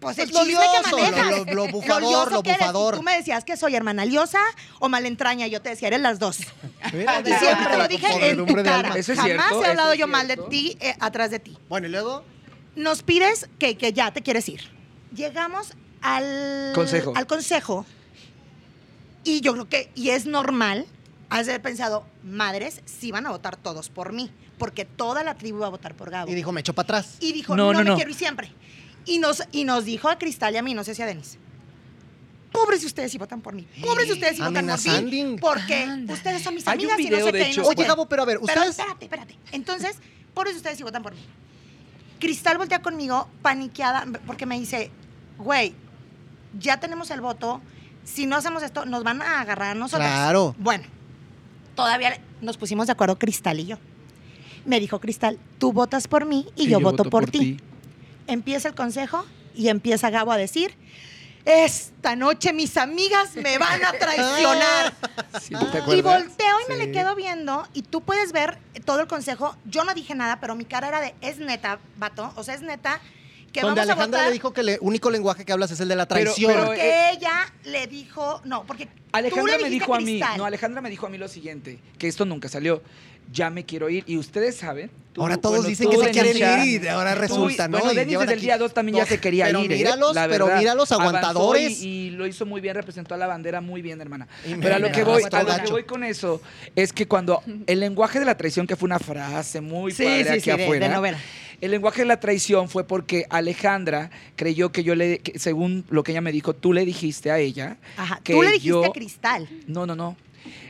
[SPEAKER 2] Pues el
[SPEAKER 1] Pues lo
[SPEAKER 2] chisme
[SPEAKER 1] lioso,
[SPEAKER 2] que manejas.
[SPEAKER 1] lo- lo-
[SPEAKER 2] [LAUGHS]
[SPEAKER 1] lo bufador,
[SPEAKER 2] lioso
[SPEAKER 1] lo
[SPEAKER 2] que eres. Y
[SPEAKER 1] bufador.
[SPEAKER 2] Tú me decías que soy hermana liosa o malentraña. Yo te decía, eres las dos. [LAUGHS]
[SPEAKER 1] Mira,
[SPEAKER 2] Y siempre te
[SPEAKER 1] la
[SPEAKER 2] lo dije en tu
[SPEAKER 1] podredumbre de
[SPEAKER 2] cara.
[SPEAKER 1] alma.
[SPEAKER 6] Eso es
[SPEAKER 2] Jamás
[SPEAKER 6] cierto,
[SPEAKER 2] he hablado
[SPEAKER 6] eso es
[SPEAKER 2] yo mal de
[SPEAKER 6] cierto.
[SPEAKER 2] ti eh, atrás de ti.
[SPEAKER 1] Bueno, y luego,
[SPEAKER 2] Nos pides que, que ya te quieres ir. Llegamos al
[SPEAKER 6] Consejo.
[SPEAKER 2] al consejo y yo creo que, y es normal, has de haber pensado, madres, sí van a votar todos por mí, porque toda la tribu va a votar por Gabo.
[SPEAKER 1] y dijo, me echó para atrás.
[SPEAKER 2] Y dijo,
[SPEAKER 6] No,
[SPEAKER 2] no,
[SPEAKER 6] no,
[SPEAKER 2] me
[SPEAKER 6] no.
[SPEAKER 2] quiero ir siempre. Y nos, y nos dijo a Cristal y a mí, no sé si a Denis. Pobres si ustedes si votan por mí. Pobres si ustedes si votan por mí.
[SPEAKER 1] Amenazanding.
[SPEAKER 2] Porque
[SPEAKER 3] Ándale.
[SPEAKER 2] ustedes son mis
[SPEAKER 6] Hay un
[SPEAKER 2] amigas y no
[SPEAKER 6] video,
[SPEAKER 2] sé
[SPEAKER 6] de
[SPEAKER 2] qué. y no
[SPEAKER 6] hecho.
[SPEAKER 2] sé
[SPEAKER 1] Oye,
[SPEAKER 2] qué".
[SPEAKER 1] Gabo, pero a ver,
[SPEAKER 2] pues, Pero
[SPEAKER 1] ustedes...
[SPEAKER 2] espérate, espérate. Entonces, pobres ustedes si votan por mí. Cristal voltea conmigo, paniqueada, porque me dice, güey, ya tenemos el voto. Si no hacemos esto, nos van a agarrar a nosotros.
[SPEAKER 1] Claro.
[SPEAKER 2] Bueno, todavía le- nos pusimos de acuerdo Cristal y yo. Me dijo Cristal, tú votas por mí y, yo, voto, por, ti. Empieza el consejo y empieza Gabo a decir, esta noche mis amigas me van [LAUGHS] a traicionar.
[SPEAKER 6] Sí, ¿te
[SPEAKER 2] Y
[SPEAKER 6] acuerdas?
[SPEAKER 2] volteo y me
[SPEAKER 1] Sí.
[SPEAKER 2] le quedo viendo y tú puedes ver todo el consejo. Yo no dije nada, pero mi cara era de, es neta, vato, o sea, es neta que
[SPEAKER 1] Donde
[SPEAKER 2] vamos a
[SPEAKER 1] Alejandra
[SPEAKER 2] votar.
[SPEAKER 1] le dijo que el único lenguaje que hablas es el de la
[SPEAKER 6] Pero-
[SPEAKER 1] traición.
[SPEAKER 6] pero-
[SPEAKER 2] porque
[SPEAKER 6] eh,
[SPEAKER 2] ella le dijo, no, porque tú
[SPEAKER 6] Alejandra
[SPEAKER 2] le
[SPEAKER 6] me
[SPEAKER 2] dijiste
[SPEAKER 6] dijo a mí,
[SPEAKER 2] Cristal.
[SPEAKER 6] no, Alejandra me dijo a mí lo siguiente, que esto nunca salió. Ya me quiero ir y ustedes saben. tú,
[SPEAKER 1] ahora todos
[SPEAKER 6] bueno,
[SPEAKER 1] dicen
[SPEAKER 6] tú,
[SPEAKER 1] que se
[SPEAKER 6] Denis, ya-
[SPEAKER 1] quieren ir y ahora
[SPEAKER 6] tú,
[SPEAKER 1] resulta, ¿no?
[SPEAKER 6] Bueno,
[SPEAKER 1] Y
[SPEAKER 6] Denis
[SPEAKER 1] llevan
[SPEAKER 6] desde el
[SPEAKER 1] aquí-
[SPEAKER 6] día 2 también ya
[SPEAKER 1] No,
[SPEAKER 6] se quería
[SPEAKER 1] pero
[SPEAKER 6] ir. ¿eh?
[SPEAKER 1] Míralos,
[SPEAKER 6] La
[SPEAKER 1] pero
[SPEAKER 6] verdad.
[SPEAKER 1] míralos
[SPEAKER 6] Avanzó
[SPEAKER 1] aguantadores.
[SPEAKER 6] Y, y lo hizo muy bien, representó a la bandera muy bien, hermana.
[SPEAKER 1] Y
[SPEAKER 6] Pero a lo
[SPEAKER 1] me-
[SPEAKER 6] que
[SPEAKER 1] me
[SPEAKER 6] voy,
[SPEAKER 1] aguantó
[SPEAKER 6] a lo que
[SPEAKER 1] gacho.
[SPEAKER 6] voy con eso es que cuando el lenguaje de la traición, que fue una frase muy padre aquí afuera, el lenguaje de la traición fue porque Alejandra creyó que yo le, que según lo que ella me dijo, tú le dijiste a ella.
[SPEAKER 2] Ajá,
[SPEAKER 6] que
[SPEAKER 2] tú le dijiste
[SPEAKER 6] yo-
[SPEAKER 2] a Cristal.
[SPEAKER 6] No, no, no.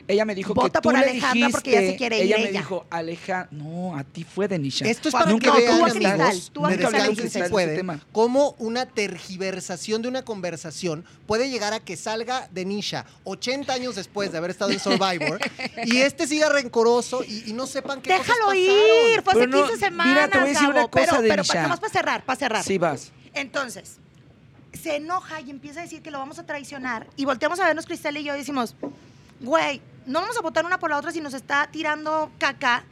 [SPEAKER 6] Ella me dijo
[SPEAKER 2] Vota
[SPEAKER 6] que tú
[SPEAKER 2] por
[SPEAKER 6] le
[SPEAKER 2] Alejandra
[SPEAKER 6] dijiste-
[SPEAKER 2] porque ella se quiere ir
[SPEAKER 6] Ella me
[SPEAKER 2] ella.
[SPEAKER 6] dijo, Alejandra, no, a ti fue Denisha.
[SPEAKER 1] Esto es para
[SPEAKER 2] Cuando-
[SPEAKER 1] que
[SPEAKER 6] no,
[SPEAKER 1] vean,
[SPEAKER 6] tú a
[SPEAKER 1] amigos,
[SPEAKER 2] Cristal, tú a
[SPEAKER 1] de
[SPEAKER 2] Cristal,
[SPEAKER 1] Descansen
[SPEAKER 6] Cristal,
[SPEAKER 1] si
[SPEAKER 6] ese
[SPEAKER 1] pueden,
[SPEAKER 6] tema.
[SPEAKER 1] cómo una tergiversación de una conversación puede llegar a que salga de Nisha 80 años después de haber estado en
[SPEAKER 2] [LAUGHS]
[SPEAKER 1] Survivor y este siga rencoroso y, y no sepan qué cosas
[SPEAKER 2] Déjalo
[SPEAKER 1] pasaron.
[SPEAKER 2] ir, fue hace
[SPEAKER 6] Pero no,
[SPEAKER 2] 15
[SPEAKER 6] mira,
[SPEAKER 2] semanas.
[SPEAKER 6] te voy a decir
[SPEAKER 2] Gabo,
[SPEAKER 6] una cosa,
[SPEAKER 2] pero, pero
[SPEAKER 6] Denisha.
[SPEAKER 2] nada más para cerrar, para cerrar.
[SPEAKER 6] Sí, vas.
[SPEAKER 2] Entonces, se enoja y empieza a decir que lo vamos a traicionar. Y volteamos a vernos Cristal y yo y decimos, güey, no vamos a votar una por la otra si nos está tirando caca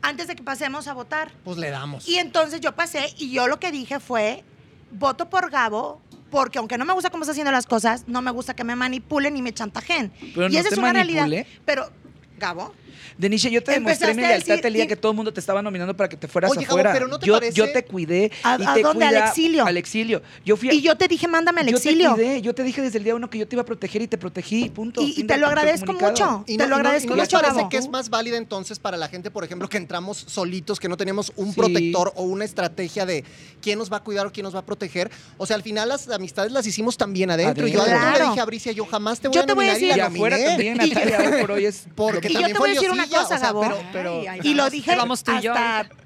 [SPEAKER 2] antes de que pasemos a votar.
[SPEAKER 1] Pues le damos.
[SPEAKER 2] Y entonces yo pasé y yo lo que dije fue, voto por Gabo. Porque aunque no me gusta cómo está haciendo las cosas, no me gusta que me manipulen ni me chantajen.
[SPEAKER 6] Pero
[SPEAKER 2] y
[SPEAKER 6] no
[SPEAKER 2] esa
[SPEAKER 6] te
[SPEAKER 2] es una
[SPEAKER 6] manipulé.
[SPEAKER 2] realidad. Pero, Gabo,
[SPEAKER 6] Denisha, yo te demostré
[SPEAKER 2] Empezaste
[SPEAKER 6] mi
[SPEAKER 2] a
[SPEAKER 6] lealtad
[SPEAKER 2] decir-
[SPEAKER 6] el día
[SPEAKER 2] y-
[SPEAKER 6] que todo el mundo te estaba nominando para que te fueras
[SPEAKER 1] Oye, Gabo,
[SPEAKER 6] afuera.
[SPEAKER 1] pero ¿no te
[SPEAKER 6] yo,
[SPEAKER 1] parece-
[SPEAKER 6] yo te cuidé.
[SPEAKER 2] ¿A-
[SPEAKER 6] y
[SPEAKER 2] a
[SPEAKER 6] te
[SPEAKER 2] dónde? ¿Al
[SPEAKER 6] cuida-
[SPEAKER 2] exilio?
[SPEAKER 6] Al exilio. Yo fui a-
[SPEAKER 2] Y yo te dije, mándame al
[SPEAKER 6] yo
[SPEAKER 2] exilio.
[SPEAKER 6] Te cuidé, yo te dije desde el día uno que yo te iba a proteger y te protegí, punto.
[SPEAKER 2] Y- y
[SPEAKER 6] Fin
[SPEAKER 2] te
[SPEAKER 6] del
[SPEAKER 2] lo
[SPEAKER 6] punto
[SPEAKER 2] agradezco
[SPEAKER 6] comunicado.
[SPEAKER 2] mucho.
[SPEAKER 1] Y no,
[SPEAKER 2] Te lo
[SPEAKER 1] y no-
[SPEAKER 2] agradezco
[SPEAKER 1] y no, les
[SPEAKER 2] mucho,
[SPEAKER 1] parece
[SPEAKER 2] Gabo.
[SPEAKER 1] que es más válida entonces para la gente, por ejemplo, que entramos solitos, que no teníamos un
[SPEAKER 6] Sí.
[SPEAKER 1] protector o una estrategia de quién nos va a cuidar o quién nos va a proteger? O sea, al final las amistades las hicimos también adentro. Y Yo
[SPEAKER 6] Adentro.
[SPEAKER 1] adentro le
[SPEAKER 2] Claro.
[SPEAKER 1] dije a Bricia, yo jamás te voy
[SPEAKER 2] Yo
[SPEAKER 1] a
[SPEAKER 2] te voy a
[SPEAKER 1] nominar
[SPEAKER 2] decir-
[SPEAKER 6] Y
[SPEAKER 1] la
[SPEAKER 6] afuera
[SPEAKER 1] nominé.
[SPEAKER 2] [LAUGHS]
[SPEAKER 6] también, Natalia, hoy por hoy es...
[SPEAKER 1] Porque
[SPEAKER 2] Y yo
[SPEAKER 1] también
[SPEAKER 2] te
[SPEAKER 1] fue
[SPEAKER 2] voy a decir una
[SPEAKER 1] liosilla,
[SPEAKER 2] cosa,
[SPEAKER 1] o sea,
[SPEAKER 2] Gabo.
[SPEAKER 1] pero- pero-
[SPEAKER 3] Ay, ay,
[SPEAKER 2] Y lo
[SPEAKER 3] vamos,
[SPEAKER 2] dije
[SPEAKER 3] ahí vamos tú y yo ¿eh?
[SPEAKER 2] hasta
[SPEAKER 3] ahorita.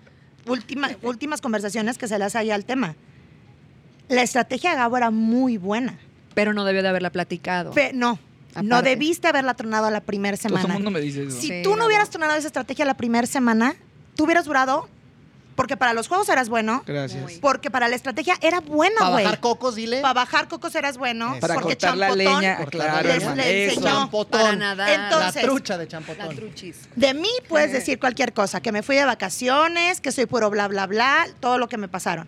[SPEAKER 2] última- últimas conversaciones que se las haya al tema. La estrategia de Gabo era muy buena.
[SPEAKER 3] Pero no debió de haberla platicado.
[SPEAKER 2] Fe- no, no
[SPEAKER 3] Aparte.
[SPEAKER 2] debiste haberla tronado a la primera
[SPEAKER 6] Todo el
[SPEAKER 2] semana.
[SPEAKER 6] mundo me dice eso.
[SPEAKER 2] Si
[SPEAKER 3] Sí,
[SPEAKER 2] tú no
[SPEAKER 3] Gabo.
[SPEAKER 2] hubieras tronado esa estrategia la primera semana, tú hubieras durado, porque para los juegos eras bueno,
[SPEAKER 6] Gracias.
[SPEAKER 3] Muy.
[SPEAKER 2] porque para la estrategia era buena,
[SPEAKER 1] Para
[SPEAKER 2] güey.
[SPEAKER 1] bajar cocos, dile.
[SPEAKER 2] Para bajar cocos eras bueno,
[SPEAKER 1] Eso.
[SPEAKER 6] Para
[SPEAKER 2] porque
[SPEAKER 6] cortar la
[SPEAKER 2] Champotón
[SPEAKER 6] leña,
[SPEAKER 1] Cortar
[SPEAKER 6] claro,
[SPEAKER 1] la
[SPEAKER 6] hermano,
[SPEAKER 2] leña. Les- les
[SPEAKER 6] eso.
[SPEAKER 2] enseñó.
[SPEAKER 1] Champotón.
[SPEAKER 3] Para nada.
[SPEAKER 2] Entonces-
[SPEAKER 1] la trucha de
[SPEAKER 3] la
[SPEAKER 1] champotón.
[SPEAKER 3] truchis.
[SPEAKER 2] De mí puedes decir cualquier cosa, que me fui de vacaciones, que soy puro bla, bla, bla, todo lo que me pasaron.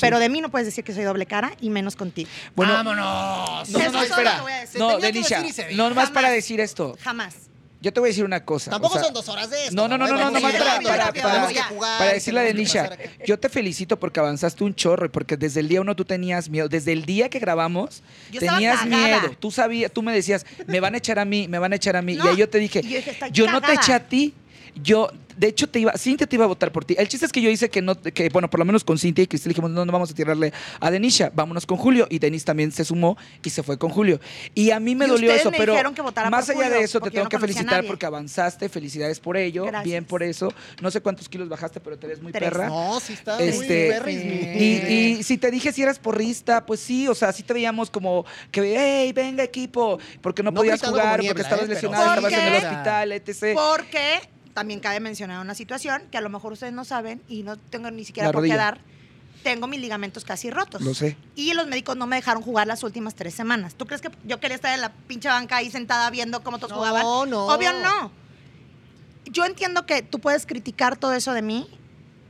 [SPEAKER 2] Pero de mí no puedes decir que soy doble cara y menos contigo.
[SPEAKER 6] Bueno,
[SPEAKER 1] ¡Vámonos!
[SPEAKER 2] Eso
[SPEAKER 6] No, no, no,
[SPEAKER 2] es todo
[SPEAKER 6] espera.
[SPEAKER 2] lo que voy a decir.
[SPEAKER 6] No,
[SPEAKER 1] tenía que
[SPEAKER 6] Denisha,
[SPEAKER 1] decir y se dijo.
[SPEAKER 6] no más
[SPEAKER 2] Jamás.
[SPEAKER 6] para decir esto.
[SPEAKER 2] Jamás.
[SPEAKER 6] Yo te voy a decir una cosa.
[SPEAKER 1] Tampoco
[SPEAKER 6] o sea,
[SPEAKER 1] son dos horas de esto.
[SPEAKER 6] No, no, no, no, no,
[SPEAKER 1] Vamos
[SPEAKER 6] nomás
[SPEAKER 1] a ir
[SPEAKER 6] para-
[SPEAKER 1] rápido,
[SPEAKER 6] para-
[SPEAKER 1] rápido,
[SPEAKER 6] para-
[SPEAKER 1] tenemos que jugar,
[SPEAKER 6] Para decirle a
[SPEAKER 1] tenemos que
[SPEAKER 6] Denisha,
[SPEAKER 1] pasar acá.
[SPEAKER 6] yo te felicito porque avanzaste un chorro, porque desde el día uno tú tenías miedo. Desde el día que grabamos,
[SPEAKER 2] Yo estaba
[SPEAKER 6] tenías
[SPEAKER 2] cagada.
[SPEAKER 6] miedo. Tú sabías, tú me decías, me van a echar a mí, me van a echar a mí.
[SPEAKER 2] No.
[SPEAKER 6] Y ahí yo te dije,
[SPEAKER 2] Y yo dije, está
[SPEAKER 6] yo no te
[SPEAKER 2] cagada.
[SPEAKER 6] eché a ti. Yo, de hecho, te iba, Cintia te iba a votar por ti. El chiste es que yo hice que no, que bueno, por lo menos con Cintia y Cristel dijimos, no, no vamos a tirarle a Denisha, vámonos con Julio. Y Denis también se sumó y se fue con Julio. Y a mí me
[SPEAKER 2] Y
[SPEAKER 6] dolió
[SPEAKER 2] ustedes
[SPEAKER 6] eso,
[SPEAKER 2] me
[SPEAKER 6] pero
[SPEAKER 2] dijeron que votara
[SPEAKER 6] más
[SPEAKER 2] por
[SPEAKER 6] allá de
[SPEAKER 2] Julio,
[SPEAKER 6] eso, te
[SPEAKER 2] porque yo
[SPEAKER 6] tengo
[SPEAKER 2] no
[SPEAKER 6] que
[SPEAKER 2] conocía a
[SPEAKER 6] felicitar
[SPEAKER 2] nadie.
[SPEAKER 6] porque avanzaste, felicidades por ello,
[SPEAKER 2] Gracias.
[SPEAKER 6] bien por eso. No sé cuántos kilos bajaste, pero te ves muy
[SPEAKER 2] Tres.
[SPEAKER 6] perra.
[SPEAKER 1] No, sí está muy
[SPEAKER 6] Este,
[SPEAKER 1] berris, mi-
[SPEAKER 6] Y, y si te dije si eras porrista, pues sí, o sea, sí te veíamos como que, hey, venga equipo, porque no,
[SPEAKER 1] No
[SPEAKER 6] podías
[SPEAKER 1] gritando
[SPEAKER 6] jugar,
[SPEAKER 1] como niebla,
[SPEAKER 6] porque estabas
[SPEAKER 1] ¿eh? Pero-
[SPEAKER 6] lesionado,
[SPEAKER 2] ¿Por
[SPEAKER 6] estabas en el
[SPEAKER 2] qué?
[SPEAKER 6] hospital, etc.
[SPEAKER 2] Porque también cabe mencionar una situación que a lo mejor ustedes no saben y no tengo ni siquiera
[SPEAKER 6] La
[SPEAKER 2] por qué
[SPEAKER 6] rodilla.
[SPEAKER 2] dar. Tengo mis ligamentos casi rotos.
[SPEAKER 6] Lo sé.
[SPEAKER 2] Y los médicos no me dejaron jugar las últimas tres semanas. ¿Tú crees que yo quería estar en la pinche banca ahí sentada viendo cómo todos
[SPEAKER 1] No,
[SPEAKER 2] jugaban?
[SPEAKER 1] no.
[SPEAKER 2] Obvio no. Yo entiendo que tú puedes criticar todo eso de mí,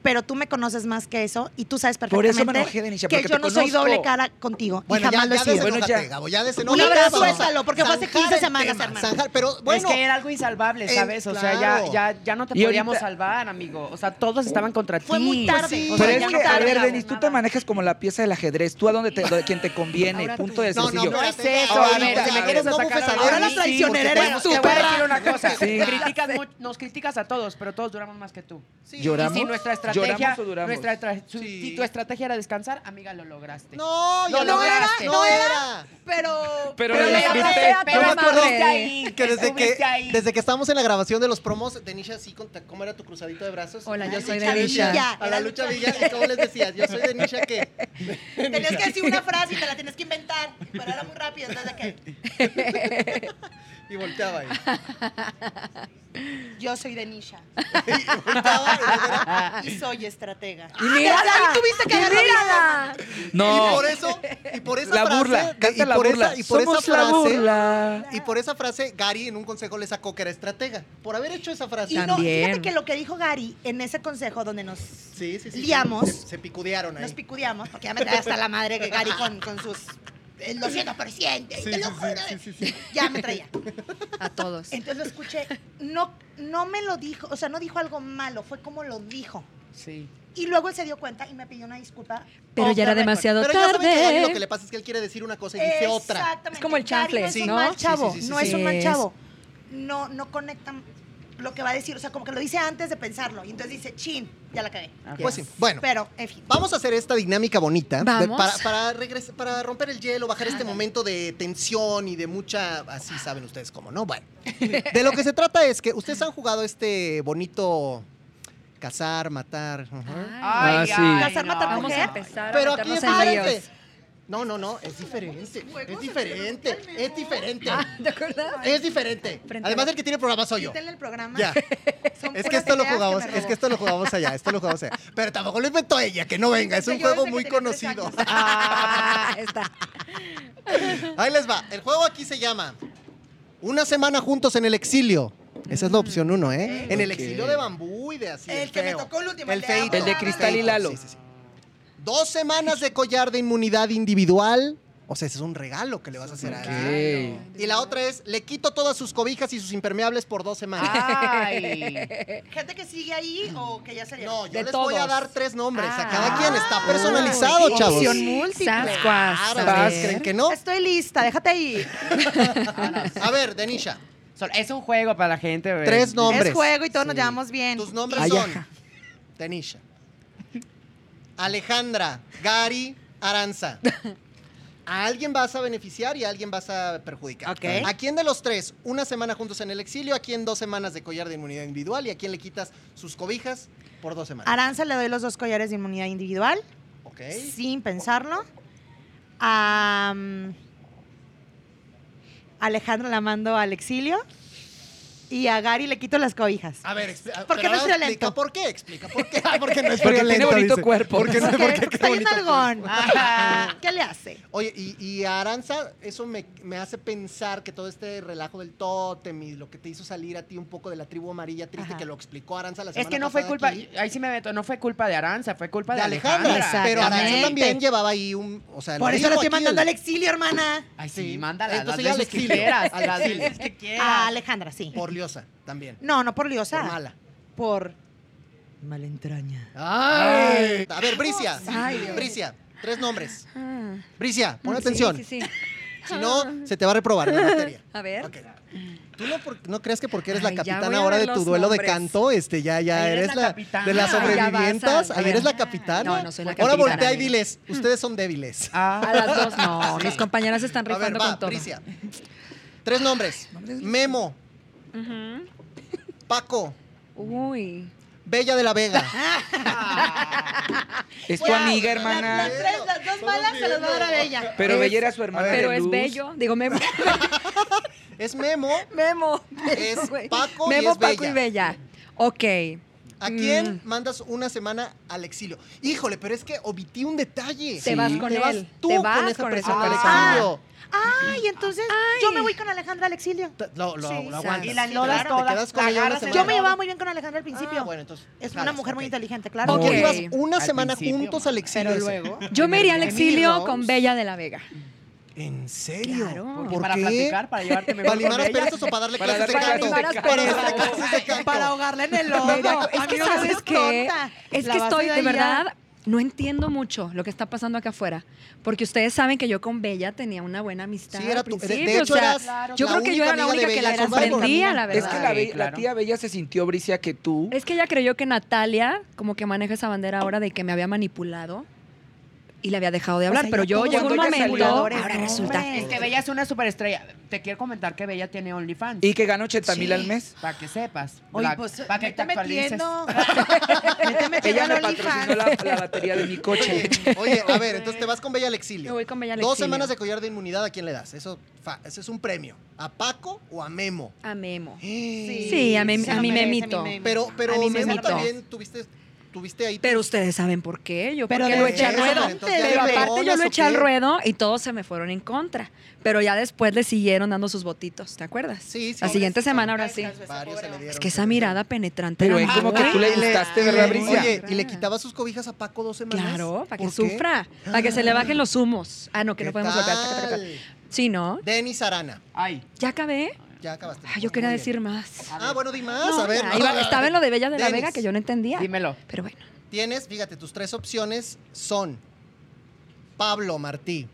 [SPEAKER 2] pero tú me conoces más que eso y tú sabes
[SPEAKER 6] Por
[SPEAKER 2] perfectamente
[SPEAKER 6] eso me enojé, Denisha,
[SPEAKER 2] que
[SPEAKER 6] porque
[SPEAKER 2] yo
[SPEAKER 6] te
[SPEAKER 2] no soy
[SPEAKER 6] conozco.
[SPEAKER 2] doble cara contigo.
[SPEAKER 1] Bueno,
[SPEAKER 2] y jamás
[SPEAKER 1] ya,
[SPEAKER 2] lo he
[SPEAKER 1] ya
[SPEAKER 2] sido.
[SPEAKER 6] Bueno,
[SPEAKER 1] desenójate,
[SPEAKER 6] ya.
[SPEAKER 1] Gabo, ya
[SPEAKER 2] Un
[SPEAKER 1] desenójate.
[SPEAKER 2] abrazo,
[SPEAKER 1] Vamos a
[SPEAKER 2] suéltalo, porque fue hace
[SPEAKER 1] zanjar
[SPEAKER 2] 15
[SPEAKER 1] el
[SPEAKER 2] semanas,
[SPEAKER 1] tema,
[SPEAKER 2] hermano.
[SPEAKER 1] zanjar, pero
[SPEAKER 5] es
[SPEAKER 1] bueno,
[SPEAKER 5] que era algo insalvable,
[SPEAKER 1] Eh,
[SPEAKER 5] ¿sabes? o sea,
[SPEAKER 1] claro.
[SPEAKER 5] ya, ya, ya no te
[SPEAKER 6] Y
[SPEAKER 5] podíamos
[SPEAKER 6] ahorita-
[SPEAKER 5] salvar, amigo. O sea, todos estaban contra ti.
[SPEAKER 2] Fue muy tarde.
[SPEAKER 1] sí.
[SPEAKER 5] O sea,
[SPEAKER 6] Pero
[SPEAKER 5] ya
[SPEAKER 6] es
[SPEAKER 5] no
[SPEAKER 6] que,
[SPEAKER 5] te
[SPEAKER 6] a ver,
[SPEAKER 5] arreglamos
[SPEAKER 6] Denis, tú
[SPEAKER 5] nada.
[SPEAKER 6] te manejas como la pieza del ajedrez. Tú a donde te, donde- quien te conviene,
[SPEAKER 3] Ahora tú.
[SPEAKER 6] punto de
[SPEAKER 1] No, no,
[SPEAKER 6] sencillo.
[SPEAKER 1] no,
[SPEAKER 5] No es
[SPEAKER 1] espérate,
[SPEAKER 5] eso,
[SPEAKER 1] ahorita,
[SPEAKER 5] a ver, te
[SPEAKER 1] a
[SPEAKER 5] me
[SPEAKER 1] ver,
[SPEAKER 5] quieres
[SPEAKER 1] no
[SPEAKER 5] atacar
[SPEAKER 1] bufes a
[SPEAKER 5] ahora
[SPEAKER 1] Denis.
[SPEAKER 5] a mí,
[SPEAKER 2] la traicionera
[SPEAKER 5] porque
[SPEAKER 2] eres
[SPEAKER 5] te-
[SPEAKER 2] tú,
[SPEAKER 5] Te voy a decir
[SPEAKER 2] perra.
[SPEAKER 5] una cosa,
[SPEAKER 6] Sí.
[SPEAKER 5] criticas mucho- nos criticas a todos, pero todos duramos más que tú.
[SPEAKER 1] Sí.
[SPEAKER 6] Lloramos.
[SPEAKER 5] Y si nuestra estrategia,
[SPEAKER 6] ¿Lloramos o duramos?
[SPEAKER 5] nuestra tra- su-
[SPEAKER 1] Sí.
[SPEAKER 5] si tu estrategia era descansar, amiga, lo lograste.
[SPEAKER 1] No, ya
[SPEAKER 5] No,
[SPEAKER 1] lo
[SPEAKER 5] no era,
[SPEAKER 1] lograste.
[SPEAKER 5] no
[SPEAKER 1] no
[SPEAKER 5] era.
[SPEAKER 1] era.
[SPEAKER 2] Pero,
[SPEAKER 5] Pero
[SPEAKER 6] Pero lo
[SPEAKER 5] le
[SPEAKER 6] viste.
[SPEAKER 5] ganaste a
[SPEAKER 3] Pero
[SPEAKER 5] toda
[SPEAKER 3] me acuerdo
[SPEAKER 5] madre.
[SPEAKER 3] que ahí,
[SPEAKER 1] que desde que,
[SPEAKER 5] estuviste ahí.
[SPEAKER 1] desde que estamos en la grabación de los promos, Denisha, sí, con- ¿cómo era tu cruzadito de brazos?
[SPEAKER 3] Hola, yo
[SPEAKER 1] Ay,
[SPEAKER 3] soy
[SPEAKER 1] Lucha
[SPEAKER 3] Denisha.
[SPEAKER 1] Villa. A la
[SPEAKER 2] Era
[SPEAKER 1] lucha
[SPEAKER 2] Lucha
[SPEAKER 1] Villa, ¿y cómo les decías? Yo soy Denisha, ¿qué?
[SPEAKER 2] Tenías que decir una frase y te la tenías que inventar, pero era muy rápido, entonces de que
[SPEAKER 1] Y volteaba ahí.
[SPEAKER 2] yo soy de Nisha
[SPEAKER 1] Y volteaba y luego era-
[SPEAKER 2] [LAUGHS] y soy estratega.
[SPEAKER 3] Y mírala.
[SPEAKER 2] Ahí tuviste que
[SPEAKER 3] y
[SPEAKER 2] agarrar
[SPEAKER 3] mírala.
[SPEAKER 1] Y
[SPEAKER 6] No,
[SPEAKER 1] por eso, y por esa
[SPEAKER 6] la
[SPEAKER 1] frase,
[SPEAKER 6] burla,
[SPEAKER 1] de-
[SPEAKER 6] canta
[SPEAKER 1] y
[SPEAKER 6] la
[SPEAKER 1] por
[SPEAKER 6] burla.
[SPEAKER 1] esa- y por
[SPEAKER 6] Somos
[SPEAKER 1] esa frase,
[SPEAKER 6] la burla.
[SPEAKER 1] Y por esa frase, Gary en un consejo le sacó que era estratega. Por haber hecho esa frase. Ah,
[SPEAKER 2] Y no,
[SPEAKER 3] También.
[SPEAKER 2] fíjate que lo que dijo Gary en ese consejo donde nos,
[SPEAKER 1] Sí, sí, sí.
[SPEAKER 2] Liamos.
[SPEAKER 1] Se, se picudearon ahí.
[SPEAKER 2] nos picudeamos, porque ya me trae hasta la madre que Gary con, con sus el 200%, y
[SPEAKER 1] Sí,
[SPEAKER 2] te
[SPEAKER 1] sí,
[SPEAKER 2] lo
[SPEAKER 1] sí,
[SPEAKER 2] juro,
[SPEAKER 1] sí, sí, sí.
[SPEAKER 2] ya me traía.
[SPEAKER 3] A todos.
[SPEAKER 2] Entonces lo escuché, no, no me lo dijo, o sea, no dijo algo malo, fue como lo dijo.
[SPEAKER 5] Sí.
[SPEAKER 2] Y luego él se dio cuenta y me pidió una disculpa.
[SPEAKER 3] Pero
[SPEAKER 2] off the
[SPEAKER 3] ya era
[SPEAKER 2] record.
[SPEAKER 3] demasiado
[SPEAKER 1] Pero ya saben que a Gary lo que
[SPEAKER 3] tarde.
[SPEAKER 1] le pasa es que él quiere decir una cosa y dice otra.
[SPEAKER 2] Exactamente.
[SPEAKER 3] Es como el
[SPEAKER 2] Gary
[SPEAKER 3] chanfle,
[SPEAKER 2] No es un
[SPEAKER 1] ¿no?
[SPEAKER 2] mal chavo.
[SPEAKER 1] Sí, sí, sí,
[SPEAKER 2] no
[SPEAKER 1] sí.
[SPEAKER 2] es un
[SPEAKER 3] Sí,
[SPEAKER 2] mal
[SPEAKER 3] es.
[SPEAKER 2] chavo. No, no conectan lo que va a decir. O sea, como que lo dice antes de pensarlo. Y entonces dice, chin, ya la cagué.
[SPEAKER 1] Pues sí. Bueno,
[SPEAKER 2] Pero, en fin.
[SPEAKER 1] vamos a hacer esta dinámica bonita. de-
[SPEAKER 3] Vamos.
[SPEAKER 1] para, para, regres- para romper el hielo, bajar este momento de tensión y de mucha. Así saben ustedes cómo, ¿no? Bueno. De lo que se trata es que ustedes han jugado este bonito cazar, matar. ajá.
[SPEAKER 5] Ay,
[SPEAKER 6] sí.
[SPEAKER 5] ay,
[SPEAKER 2] Casar, matar,
[SPEAKER 5] no.
[SPEAKER 3] Vamos a
[SPEAKER 2] mujer.
[SPEAKER 3] empezar
[SPEAKER 1] Ah, Pero
[SPEAKER 3] a
[SPEAKER 1] aquí es
[SPEAKER 3] meternos en
[SPEAKER 1] diferente.
[SPEAKER 3] líos. [LAUGHS]
[SPEAKER 1] No, no, no, es diferente. Es diferente. Es diferente.
[SPEAKER 3] Ah, ¿Te acuerdas?
[SPEAKER 1] [LAUGHS] Es diferente.
[SPEAKER 3] Frente a-
[SPEAKER 1] Además, el que tiene programa soy yo.
[SPEAKER 2] Quítenle el programa.
[SPEAKER 1] Ya.
[SPEAKER 2] [LAUGHS] Son
[SPEAKER 1] Es que
[SPEAKER 2] puras
[SPEAKER 1] esto lo
[SPEAKER 2] ideas me
[SPEAKER 1] jugamos,
[SPEAKER 2] robó.
[SPEAKER 1] es que esto lo jugamos allá, esto lo jugamos allá. Pero tampoco lo inventó ella, que no venga, es un
[SPEAKER 2] Yo desde
[SPEAKER 1] juego
[SPEAKER 2] que
[SPEAKER 1] muy
[SPEAKER 2] tenía tres
[SPEAKER 1] conocido.
[SPEAKER 2] años.
[SPEAKER 3] Ah, está.
[SPEAKER 1] Ahí les va. El juego aquí se llama Una semana juntos en el exilio. Esa es la opción uno, ¿eh? En el
[SPEAKER 6] Ok.
[SPEAKER 1] exilio de bambú y de así.
[SPEAKER 2] El que me
[SPEAKER 1] feo.
[SPEAKER 2] tocó el último, el de
[SPEAKER 1] feito.
[SPEAKER 6] El de Cristal y
[SPEAKER 1] feito,
[SPEAKER 6] Lalo.
[SPEAKER 1] sí, sí, sí. Dos semanas de collar de inmunidad individual. O sea, ese es un regalo que le vas a hacer a alguien.
[SPEAKER 6] Ok.
[SPEAKER 1] Y la otra es, le quito todas sus cobijas y sus impermeables por dos semanas.
[SPEAKER 2] Ah,
[SPEAKER 5] Ay.
[SPEAKER 2] Gente que sigue ahí o que ya se
[SPEAKER 1] No, yo
[SPEAKER 5] De
[SPEAKER 1] les voy a
[SPEAKER 5] todos.
[SPEAKER 1] dar tres nombres. a
[SPEAKER 5] Ah.
[SPEAKER 1] cada quien está personalizado,
[SPEAKER 3] Uy,
[SPEAKER 1] chavos.
[SPEAKER 3] Opción múltiple. Sascuas,
[SPEAKER 1] Claro,
[SPEAKER 3] a
[SPEAKER 1] ¿vas?
[SPEAKER 3] ver.
[SPEAKER 1] ¿Creen que no?
[SPEAKER 2] Estoy lista, déjate ahí.
[SPEAKER 1] A ver, Denisha,
[SPEAKER 5] Sol- Es un juego para la gente. güey.
[SPEAKER 1] Tres nombres.
[SPEAKER 2] Es juego y todos nos
[SPEAKER 5] Sí.
[SPEAKER 2] llevamos bien.
[SPEAKER 1] tus nombres
[SPEAKER 6] Ay,
[SPEAKER 1] son
[SPEAKER 6] ajá.
[SPEAKER 1] Denisha, Alejandra, Gary, Aranza. A alguien vas a beneficiar y a alguien vas a perjudicar.
[SPEAKER 2] Ok.
[SPEAKER 1] ¿A quién de los tres? Una semana juntos en el exilio, a quién dos semanas de collar de inmunidad individual y a quién le quitas sus cobijas por dos semanas.
[SPEAKER 2] Aranza le doy los dos collares de inmunidad individual.
[SPEAKER 1] Ok.
[SPEAKER 2] sin pensarlo. A mm, Alejandro la mando al exilio y a Gary le quito las cobijas.
[SPEAKER 1] A ver, expli-
[SPEAKER 2] ¿Por qué
[SPEAKER 1] pero
[SPEAKER 2] no es
[SPEAKER 1] ahora
[SPEAKER 2] violento?
[SPEAKER 1] Explica por qué, explica por qué. Ah, porque no es
[SPEAKER 6] Porque
[SPEAKER 1] violento,
[SPEAKER 6] tiene bonito
[SPEAKER 1] dice.
[SPEAKER 6] cuerpo.
[SPEAKER 1] Porque no
[SPEAKER 2] ¿Por qué?
[SPEAKER 1] porque
[SPEAKER 2] Porque está bien algón. ¿Qué le hace?
[SPEAKER 1] Oye, y, y a Aranza, eso me, me hace pensar que todo este relajo del tótem y lo que te hizo salir a ti un poco de la tribu amarilla triste
[SPEAKER 2] Ajá.
[SPEAKER 1] que lo explicó Aranza la semana
[SPEAKER 5] Es que no fue
[SPEAKER 1] pasada
[SPEAKER 5] culpa,
[SPEAKER 1] aquí,
[SPEAKER 5] ahí sí me meto, no fue culpa de Aranza, fue culpa
[SPEAKER 1] de
[SPEAKER 5] de,
[SPEAKER 1] Alejandra.
[SPEAKER 5] Alejandra.
[SPEAKER 1] Pero Aranza
[SPEAKER 3] exactamente.
[SPEAKER 1] también llevaba ahí un. O sea,
[SPEAKER 2] Por eso
[SPEAKER 1] lo
[SPEAKER 2] la
[SPEAKER 1] dijo
[SPEAKER 2] estoy
[SPEAKER 1] aquí
[SPEAKER 2] mandando
[SPEAKER 1] el-
[SPEAKER 2] al exilio, hermana.
[SPEAKER 5] Ay,
[SPEAKER 1] Sí.
[SPEAKER 5] sí, mándala
[SPEAKER 1] Entonces ya
[SPEAKER 5] las
[SPEAKER 1] al
[SPEAKER 5] veces que
[SPEAKER 1] exilio,
[SPEAKER 5] quieras,
[SPEAKER 1] al
[SPEAKER 5] las
[SPEAKER 1] exilio.
[SPEAKER 5] veces que quieras.
[SPEAKER 2] A Alejandra, sí.
[SPEAKER 1] Por Liosa también.
[SPEAKER 2] No, no por liosa.
[SPEAKER 1] Por mala.
[SPEAKER 2] Por malentraña.
[SPEAKER 1] Ay. A ver, Bricia.
[SPEAKER 3] Ay, Dios.
[SPEAKER 1] Bricia, tres nombres.
[SPEAKER 3] Ah.
[SPEAKER 1] Bricia, pon
[SPEAKER 3] Sí,
[SPEAKER 1] atención.
[SPEAKER 3] Sí, sí.
[SPEAKER 1] Si no, se te va a reprobar la materia.
[SPEAKER 3] A ver.
[SPEAKER 1] Ok. ¿Tú no, por- no crees que porque eres la
[SPEAKER 3] Ay, ya
[SPEAKER 1] capitana
[SPEAKER 3] voy a
[SPEAKER 1] ahora
[SPEAKER 3] ver
[SPEAKER 1] de tu
[SPEAKER 3] los
[SPEAKER 1] duelo de
[SPEAKER 3] nombres.
[SPEAKER 1] canto? Este, ya, ya
[SPEAKER 5] Ahí eres
[SPEAKER 1] eres,
[SPEAKER 5] la
[SPEAKER 1] la,
[SPEAKER 5] capitana.
[SPEAKER 1] de las
[SPEAKER 3] Ay, ya
[SPEAKER 1] sobrevivientas.
[SPEAKER 3] vas a-
[SPEAKER 1] Ahí eres la capitana.
[SPEAKER 3] No, no soy la
[SPEAKER 1] Ahora
[SPEAKER 3] capitana.
[SPEAKER 1] voltea y diles, ustedes son débiles.
[SPEAKER 5] Ah.
[SPEAKER 3] A las
[SPEAKER 1] [LAUGHS]
[SPEAKER 3] dos no. Mis compañeras están
[SPEAKER 1] a ver,
[SPEAKER 3] rifando
[SPEAKER 1] va,
[SPEAKER 3] con todo.
[SPEAKER 1] Bricia. Tres nombres. Memo,
[SPEAKER 3] Ujú.
[SPEAKER 1] Paco,
[SPEAKER 3] Uy.
[SPEAKER 1] Bella de la
[SPEAKER 3] [LAUGHS]
[SPEAKER 1] Vega.
[SPEAKER 6] Es tu
[SPEAKER 2] Wow,
[SPEAKER 6] amiga,
[SPEAKER 2] las-
[SPEAKER 6] hermana.
[SPEAKER 2] Las, tres, las dos
[SPEAKER 1] Estamos
[SPEAKER 2] malas se las va a dar a
[SPEAKER 1] viendo.
[SPEAKER 2] ella.
[SPEAKER 6] Pero
[SPEAKER 3] Es-
[SPEAKER 6] Bella era su hermana.
[SPEAKER 3] Pero
[SPEAKER 6] de
[SPEAKER 3] es
[SPEAKER 6] luz.
[SPEAKER 3] bello. Digo, Memo.
[SPEAKER 1] Es Memo.
[SPEAKER 3] [LAUGHS] Memo.
[SPEAKER 1] Es
[SPEAKER 3] güey.
[SPEAKER 1] Paco y
[SPEAKER 3] Memo,
[SPEAKER 1] es
[SPEAKER 3] Paco
[SPEAKER 1] Bella.
[SPEAKER 3] y Bella. Ok.
[SPEAKER 1] ¿A quién
[SPEAKER 3] Mm.
[SPEAKER 1] mandas una semana al exilio? Híjole, pero es que omití un detalle.
[SPEAKER 3] Te vas con
[SPEAKER 1] Te
[SPEAKER 3] él.
[SPEAKER 1] vas tú
[SPEAKER 3] Te
[SPEAKER 1] con Ah.
[SPEAKER 3] vas
[SPEAKER 1] esa
[SPEAKER 3] con Ah. esa
[SPEAKER 1] persona al
[SPEAKER 3] persona.
[SPEAKER 1] exilio.
[SPEAKER 2] Ay, entonces yo me voy con Alejandra al exilio.
[SPEAKER 1] Te- Lo, lo,
[SPEAKER 3] Sí,
[SPEAKER 1] lo
[SPEAKER 3] sí.
[SPEAKER 1] aguantas.
[SPEAKER 3] Y
[SPEAKER 4] la
[SPEAKER 1] Te
[SPEAKER 4] ignoras
[SPEAKER 1] quedas-
[SPEAKER 4] toda.
[SPEAKER 1] Te quedas con ella una
[SPEAKER 4] Agarras el
[SPEAKER 1] semana.
[SPEAKER 2] Yo me llevaba muy bien con Alejandra al principio.
[SPEAKER 1] Ah, bueno, entonces,
[SPEAKER 2] es una
[SPEAKER 1] jalas,
[SPEAKER 2] mujer muy
[SPEAKER 1] ok.
[SPEAKER 2] inteligente, claro.
[SPEAKER 3] Ok.
[SPEAKER 1] Tú ibas una
[SPEAKER 5] Al
[SPEAKER 1] semana
[SPEAKER 5] principio,
[SPEAKER 1] juntos
[SPEAKER 5] ma,
[SPEAKER 1] al exilio.
[SPEAKER 5] pero
[SPEAKER 1] ese.
[SPEAKER 5] luego-
[SPEAKER 3] Yo me iría al
[SPEAKER 5] Emily
[SPEAKER 3] exilio
[SPEAKER 5] Rose.
[SPEAKER 3] con Bella de la Vega.
[SPEAKER 1] ¿En serio?
[SPEAKER 3] Claro.
[SPEAKER 1] ¿Por,
[SPEAKER 3] Porque
[SPEAKER 5] para
[SPEAKER 1] qué?
[SPEAKER 5] platicar,
[SPEAKER 3] [LAUGHS]
[SPEAKER 5] para llevarte mejor
[SPEAKER 1] ¿Para
[SPEAKER 5] con
[SPEAKER 1] limar
[SPEAKER 5] ella.
[SPEAKER 1] asperezas o para darle
[SPEAKER 6] Para
[SPEAKER 1] clases de
[SPEAKER 6] darle
[SPEAKER 1] canto?
[SPEAKER 3] clases de
[SPEAKER 1] Para
[SPEAKER 3] canto.
[SPEAKER 1] darle clases de canto.
[SPEAKER 2] Para ahogarla en el lodo.
[SPEAKER 3] Pero es
[SPEAKER 2] A mí
[SPEAKER 3] que
[SPEAKER 2] no me
[SPEAKER 3] sabes
[SPEAKER 2] haces
[SPEAKER 3] que
[SPEAKER 2] tonta.
[SPEAKER 3] es
[SPEAKER 2] La
[SPEAKER 3] que
[SPEAKER 2] vas
[SPEAKER 3] estoy
[SPEAKER 2] a
[SPEAKER 3] de
[SPEAKER 2] ir allá.
[SPEAKER 3] verdad no entiendo mucho lo que está pasando acá afuera, porque ustedes saben que yo con Bella tenía una buena amistad.
[SPEAKER 1] Sí, era
[SPEAKER 3] al
[SPEAKER 1] tu- de- de
[SPEAKER 3] principio,
[SPEAKER 1] hecho,
[SPEAKER 3] o sea,
[SPEAKER 1] eras Claro.
[SPEAKER 3] yo
[SPEAKER 1] la
[SPEAKER 3] creo que yo
[SPEAKER 1] única
[SPEAKER 3] era la
[SPEAKER 1] amiga de
[SPEAKER 3] única que
[SPEAKER 1] Bella
[SPEAKER 3] la
[SPEAKER 1] en Survivor.
[SPEAKER 3] comprendía, la
[SPEAKER 6] Es que
[SPEAKER 3] verdad.
[SPEAKER 6] la,
[SPEAKER 5] Ay,
[SPEAKER 6] be- la
[SPEAKER 5] claro.
[SPEAKER 6] tía Bella se sintió, Bricia, que tú.
[SPEAKER 3] Es que ella creyó que Natalia como que maneja esa bandera ahora de que me había manipulado y le había dejado de hablar,
[SPEAKER 2] sea,
[SPEAKER 3] pero
[SPEAKER 2] ya
[SPEAKER 3] yo
[SPEAKER 2] todos
[SPEAKER 3] llegó un
[SPEAKER 6] cuando ella
[SPEAKER 3] momento,
[SPEAKER 6] salió,
[SPEAKER 3] ahora
[SPEAKER 2] no,
[SPEAKER 3] resulta.
[SPEAKER 2] hombre.
[SPEAKER 5] Es que Bella es una superestrella. Te quiero comentar que Bella tiene OnlyFans.
[SPEAKER 6] Y que ganó 80 mil
[SPEAKER 5] [LAUGHS]
[SPEAKER 6] al mes.
[SPEAKER 5] Para que sepas.
[SPEAKER 2] Oye,
[SPEAKER 5] Para-
[SPEAKER 2] pues,
[SPEAKER 5] para que te
[SPEAKER 2] vete [LAUGHS]
[SPEAKER 5] actualices.
[SPEAKER 2] metiendo. Vete metiendo
[SPEAKER 6] Ella
[SPEAKER 2] al
[SPEAKER 6] me patrocinó
[SPEAKER 2] OnlyFans.
[SPEAKER 6] la, la batería de mi coche.
[SPEAKER 1] [LAUGHS] Oye, a ver, entonces te vas con Bella al exilio.
[SPEAKER 3] Me voy con Bella al
[SPEAKER 1] Dos
[SPEAKER 3] exilio.
[SPEAKER 1] semanas de collar de inmunidad, ¿a quién le das? Eso, fa- ese es un premio. ¿A Paco o a Memo?
[SPEAKER 3] A Memo.
[SPEAKER 1] Sí,
[SPEAKER 3] Sí, a, mí
[SPEAKER 2] Sí,
[SPEAKER 3] a mi
[SPEAKER 2] merece,
[SPEAKER 3] memito.
[SPEAKER 2] mi meme.
[SPEAKER 1] Pero, pero
[SPEAKER 3] A mí me
[SPEAKER 1] Memo
[SPEAKER 3] mató.
[SPEAKER 1] también tuviste, tuviste ahí.
[SPEAKER 3] Pero ustedes saben por qué. Yo
[SPEAKER 2] Pero
[SPEAKER 3] porque
[SPEAKER 2] de
[SPEAKER 3] lo eché al
[SPEAKER 2] veras,
[SPEAKER 3] ruedo.
[SPEAKER 2] entonces, ¿de
[SPEAKER 3] Pero aparte yo
[SPEAKER 1] veras
[SPEAKER 3] lo
[SPEAKER 1] o
[SPEAKER 3] eché al
[SPEAKER 1] qué?
[SPEAKER 3] ruedo y todos se me fueron en contra. Pero ya después le siguieron dando sus votitos, ¿te acuerdas?
[SPEAKER 1] Sí, sí.
[SPEAKER 3] La siguiente semana ahora sí.
[SPEAKER 1] Varios se le dieron.
[SPEAKER 3] Es que esa mirada penetrante
[SPEAKER 6] Pero
[SPEAKER 3] era
[SPEAKER 6] es como
[SPEAKER 3] muy-
[SPEAKER 6] que tú le gustaste, ¿verdad, Bricia?
[SPEAKER 1] Oye, y le quitaba sus cobijas a Paco dos semanas.
[SPEAKER 3] Claro, para que
[SPEAKER 1] ¿Por qué?
[SPEAKER 3] sufra, para que se le bajen los humos. Ah, no, que
[SPEAKER 1] ¿Qué
[SPEAKER 3] no podemos
[SPEAKER 1] tal?
[SPEAKER 3] tocar. Sí, ¿no?
[SPEAKER 1] Denis Arana.
[SPEAKER 5] Ay,
[SPEAKER 3] ¿Ya acabé?
[SPEAKER 1] Ya acabaste.
[SPEAKER 3] Ay, Ah, yo quería
[SPEAKER 1] Muy bien.
[SPEAKER 3] decir más.
[SPEAKER 1] Ah, bueno, di más.
[SPEAKER 3] No,
[SPEAKER 1] a ver.
[SPEAKER 3] ya,
[SPEAKER 1] no,
[SPEAKER 3] iba-
[SPEAKER 1] a ver.
[SPEAKER 3] estaba en lo de Bella de la
[SPEAKER 1] Denis,
[SPEAKER 3] Vega que yo no entendía.
[SPEAKER 5] dímelo.
[SPEAKER 3] Pero bueno. [GASPS]
[SPEAKER 1] Tienes, fíjate, tus tres opciones son Pablo Martí,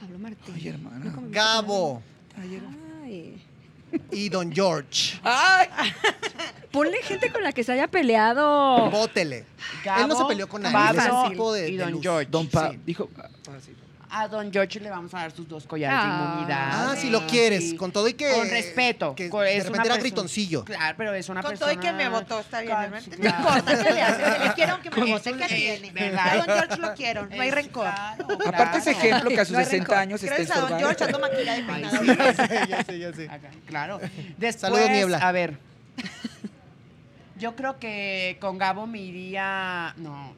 [SPEAKER 3] Pablo Martín.
[SPEAKER 6] Ay, hermana.
[SPEAKER 3] Nunca me hubiera
[SPEAKER 1] Gabo
[SPEAKER 3] acordado. Ay.
[SPEAKER 1] y Don George.
[SPEAKER 3] Ah.
[SPEAKER 6] ¡Ay!
[SPEAKER 3] Ponle gente con la que se haya peleado. [LAUGHS]
[SPEAKER 1] Bótele.
[SPEAKER 5] Gabo,
[SPEAKER 1] Él no se peleó con nadie.
[SPEAKER 5] Pablo
[SPEAKER 1] él es un tipo de,
[SPEAKER 5] y
[SPEAKER 1] de
[SPEAKER 5] Don
[SPEAKER 1] luz.
[SPEAKER 5] George.
[SPEAKER 6] Don Pa.
[SPEAKER 5] Sí.
[SPEAKER 6] Dijo.
[SPEAKER 5] A Don George le vamos a dar sus dos collares
[SPEAKER 3] Ah.
[SPEAKER 5] de inmunidad.
[SPEAKER 1] Ah,
[SPEAKER 3] Ah,
[SPEAKER 1] si lo quieres,
[SPEAKER 5] sí.
[SPEAKER 1] con todo y que.
[SPEAKER 5] Con respeto.
[SPEAKER 1] Que
[SPEAKER 5] con-
[SPEAKER 1] de
[SPEAKER 5] es
[SPEAKER 1] repente
[SPEAKER 5] una
[SPEAKER 1] era
[SPEAKER 5] persona-
[SPEAKER 1] gritoncillo.
[SPEAKER 5] Claro, pero es una
[SPEAKER 2] Con todo
[SPEAKER 5] persona...
[SPEAKER 2] y que me votó, está bien,
[SPEAKER 5] Con-
[SPEAKER 2] hermano. No
[SPEAKER 5] claro.
[SPEAKER 2] importa que le haces, que le quiero aunque me
[SPEAKER 5] Con
[SPEAKER 2] vote, que
[SPEAKER 5] su-
[SPEAKER 2] tiene.
[SPEAKER 5] ¿verdad?
[SPEAKER 2] A don
[SPEAKER 5] [LAUGHS]
[SPEAKER 2] George lo quiero, no hay
[SPEAKER 5] Es-
[SPEAKER 2] rencor. Pues
[SPEAKER 5] claro,
[SPEAKER 6] Aparte ese
[SPEAKER 5] claro.
[SPEAKER 6] ejemplo que a sus 60 años está en
[SPEAKER 2] Gracias a don George, ando maquillada de
[SPEAKER 5] Ay,
[SPEAKER 2] peinada.
[SPEAKER 5] sí.
[SPEAKER 1] ya sé, ya sé, ya sé.
[SPEAKER 5] Acá, claro. Después,
[SPEAKER 1] Saludos, Niebla.
[SPEAKER 5] a ver. [LAUGHS] Yo creo que con Gabo me iría... No,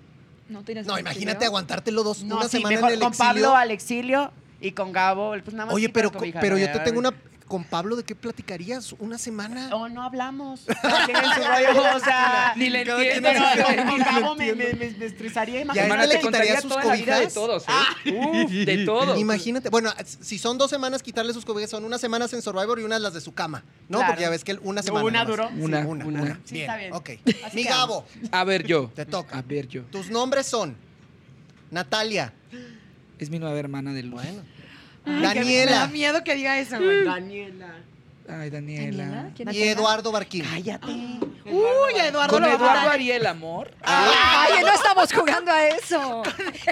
[SPEAKER 3] No
[SPEAKER 1] [LAUGHS]
[SPEAKER 3] tienes
[SPEAKER 1] No,
[SPEAKER 3] un
[SPEAKER 1] imagínate
[SPEAKER 3] exilio.
[SPEAKER 1] aguantártelo dos,
[SPEAKER 5] no
[SPEAKER 1] una
[SPEAKER 5] sí,
[SPEAKER 1] semana
[SPEAKER 5] mejor
[SPEAKER 1] en el
[SPEAKER 5] con
[SPEAKER 1] exilio.
[SPEAKER 5] Pablo al exilio y con Gabo, pues nada más...
[SPEAKER 1] Oye,
[SPEAKER 5] sí,
[SPEAKER 1] pero,
[SPEAKER 5] con
[SPEAKER 1] co-
[SPEAKER 5] cobija,
[SPEAKER 1] pero yo
[SPEAKER 5] ¿no?
[SPEAKER 1] te tengo una. ¿Con Pablo de qué platicarías? ¿Una semana?
[SPEAKER 5] Oh, no hablamos. [LAUGHS] Tienen su
[SPEAKER 1] [LAUGHS]
[SPEAKER 5] rollo, o sea...
[SPEAKER 6] [LAUGHS] Ni le
[SPEAKER 5] pero
[SPEAKER 6] entiendo.
[SPEAKER 5] Con con Gabo me, me, me, me estresaría
[SPEAKER 1] Ya
[SPEAKER 5] imagínate.
[SPEAKER 6] Hermana,
[SPEAKER 1] este
[SPEAKER 6] te
[SPEAKER 1] le
[SPEAKER 6] contaría
[SPEAKER 1] quitaría sus
[SPEAKER 6] toda la vida de
[SPEAKER 1] cobijas.
[SPEAKER 6] todos, ¿eh?
[SPEAKER 1] Ah. [LAUGHS]
[SPEAKER 6] Uf, de
[SPEAKER 2] Pues,
[SPEAKER 6] todos.
[SPEAKER 1] Imagínate. Bueno, si son dos semanas, quitarle sus cobijas. Son unas semanas en Survivor y unas las de su cama. ¿No?
[SPEAKER 5] Claro.
[SPEAKER 1] Porque ya ves que él- una semana.
[SPEAKER 5] Una
[SPEAKER 1] nomás.
[SPEAKER 5] duró.
[SPEAKER 1] Sí,
[SPEAKER 6] Una,
[SPEAKER 1] una,
[SPEAKER 6] una.
[SPEAKER 1] una.
[SPEAKER 5] Sí,
[SPEAKER 1] bien.
[SPEAKER 5] está bien.
[SPEAKER 1] Ok.
[SPEAKER 5] Así
[SPEAKER 1] Mi
[SPEAKER 5] quedamos.
[SPEAKER 1] Gabo,
[SPEAKER 6] A ver yo.
[SPEAKER 1] Te toca.
[SPEAKER 6] A ver yo.
[SPEAKER 1] tus nombres son Natalia.
[SPEAKER 6] Es mi nueva hermana de luz.
[SPEAKER 1] Bueno.
[SPEAKER 2] Que me- Me da
[SPEAKER 1] Daniela.
[SPEAKER 2] miedo que diga eso, güey.
[SPEAKER 5] [LAUGHS] Daniela.
[SPEAKER 6] Ay,
[SPEAKER 3] ¿Daniela?
[SPEAKER 6] Daniela.
[SPEAKER 3] ¿Quién es
[SPEAKER 1] Y
[SPEAKER 3] Daniela?
[SPEAKER 1] Eduardo Barquín.
[SPEAKER 2] Cállate. Uy, Eduardo
[SPEAKER 6] Con
[SPEAKER 2] lo va a
[SPEAKER 6] Eduardo
[SPEAKER 2] matar.
[SPEAKER 6] haría el amor.
[SPEAKER 3] Ay, no estamos jugando a eso.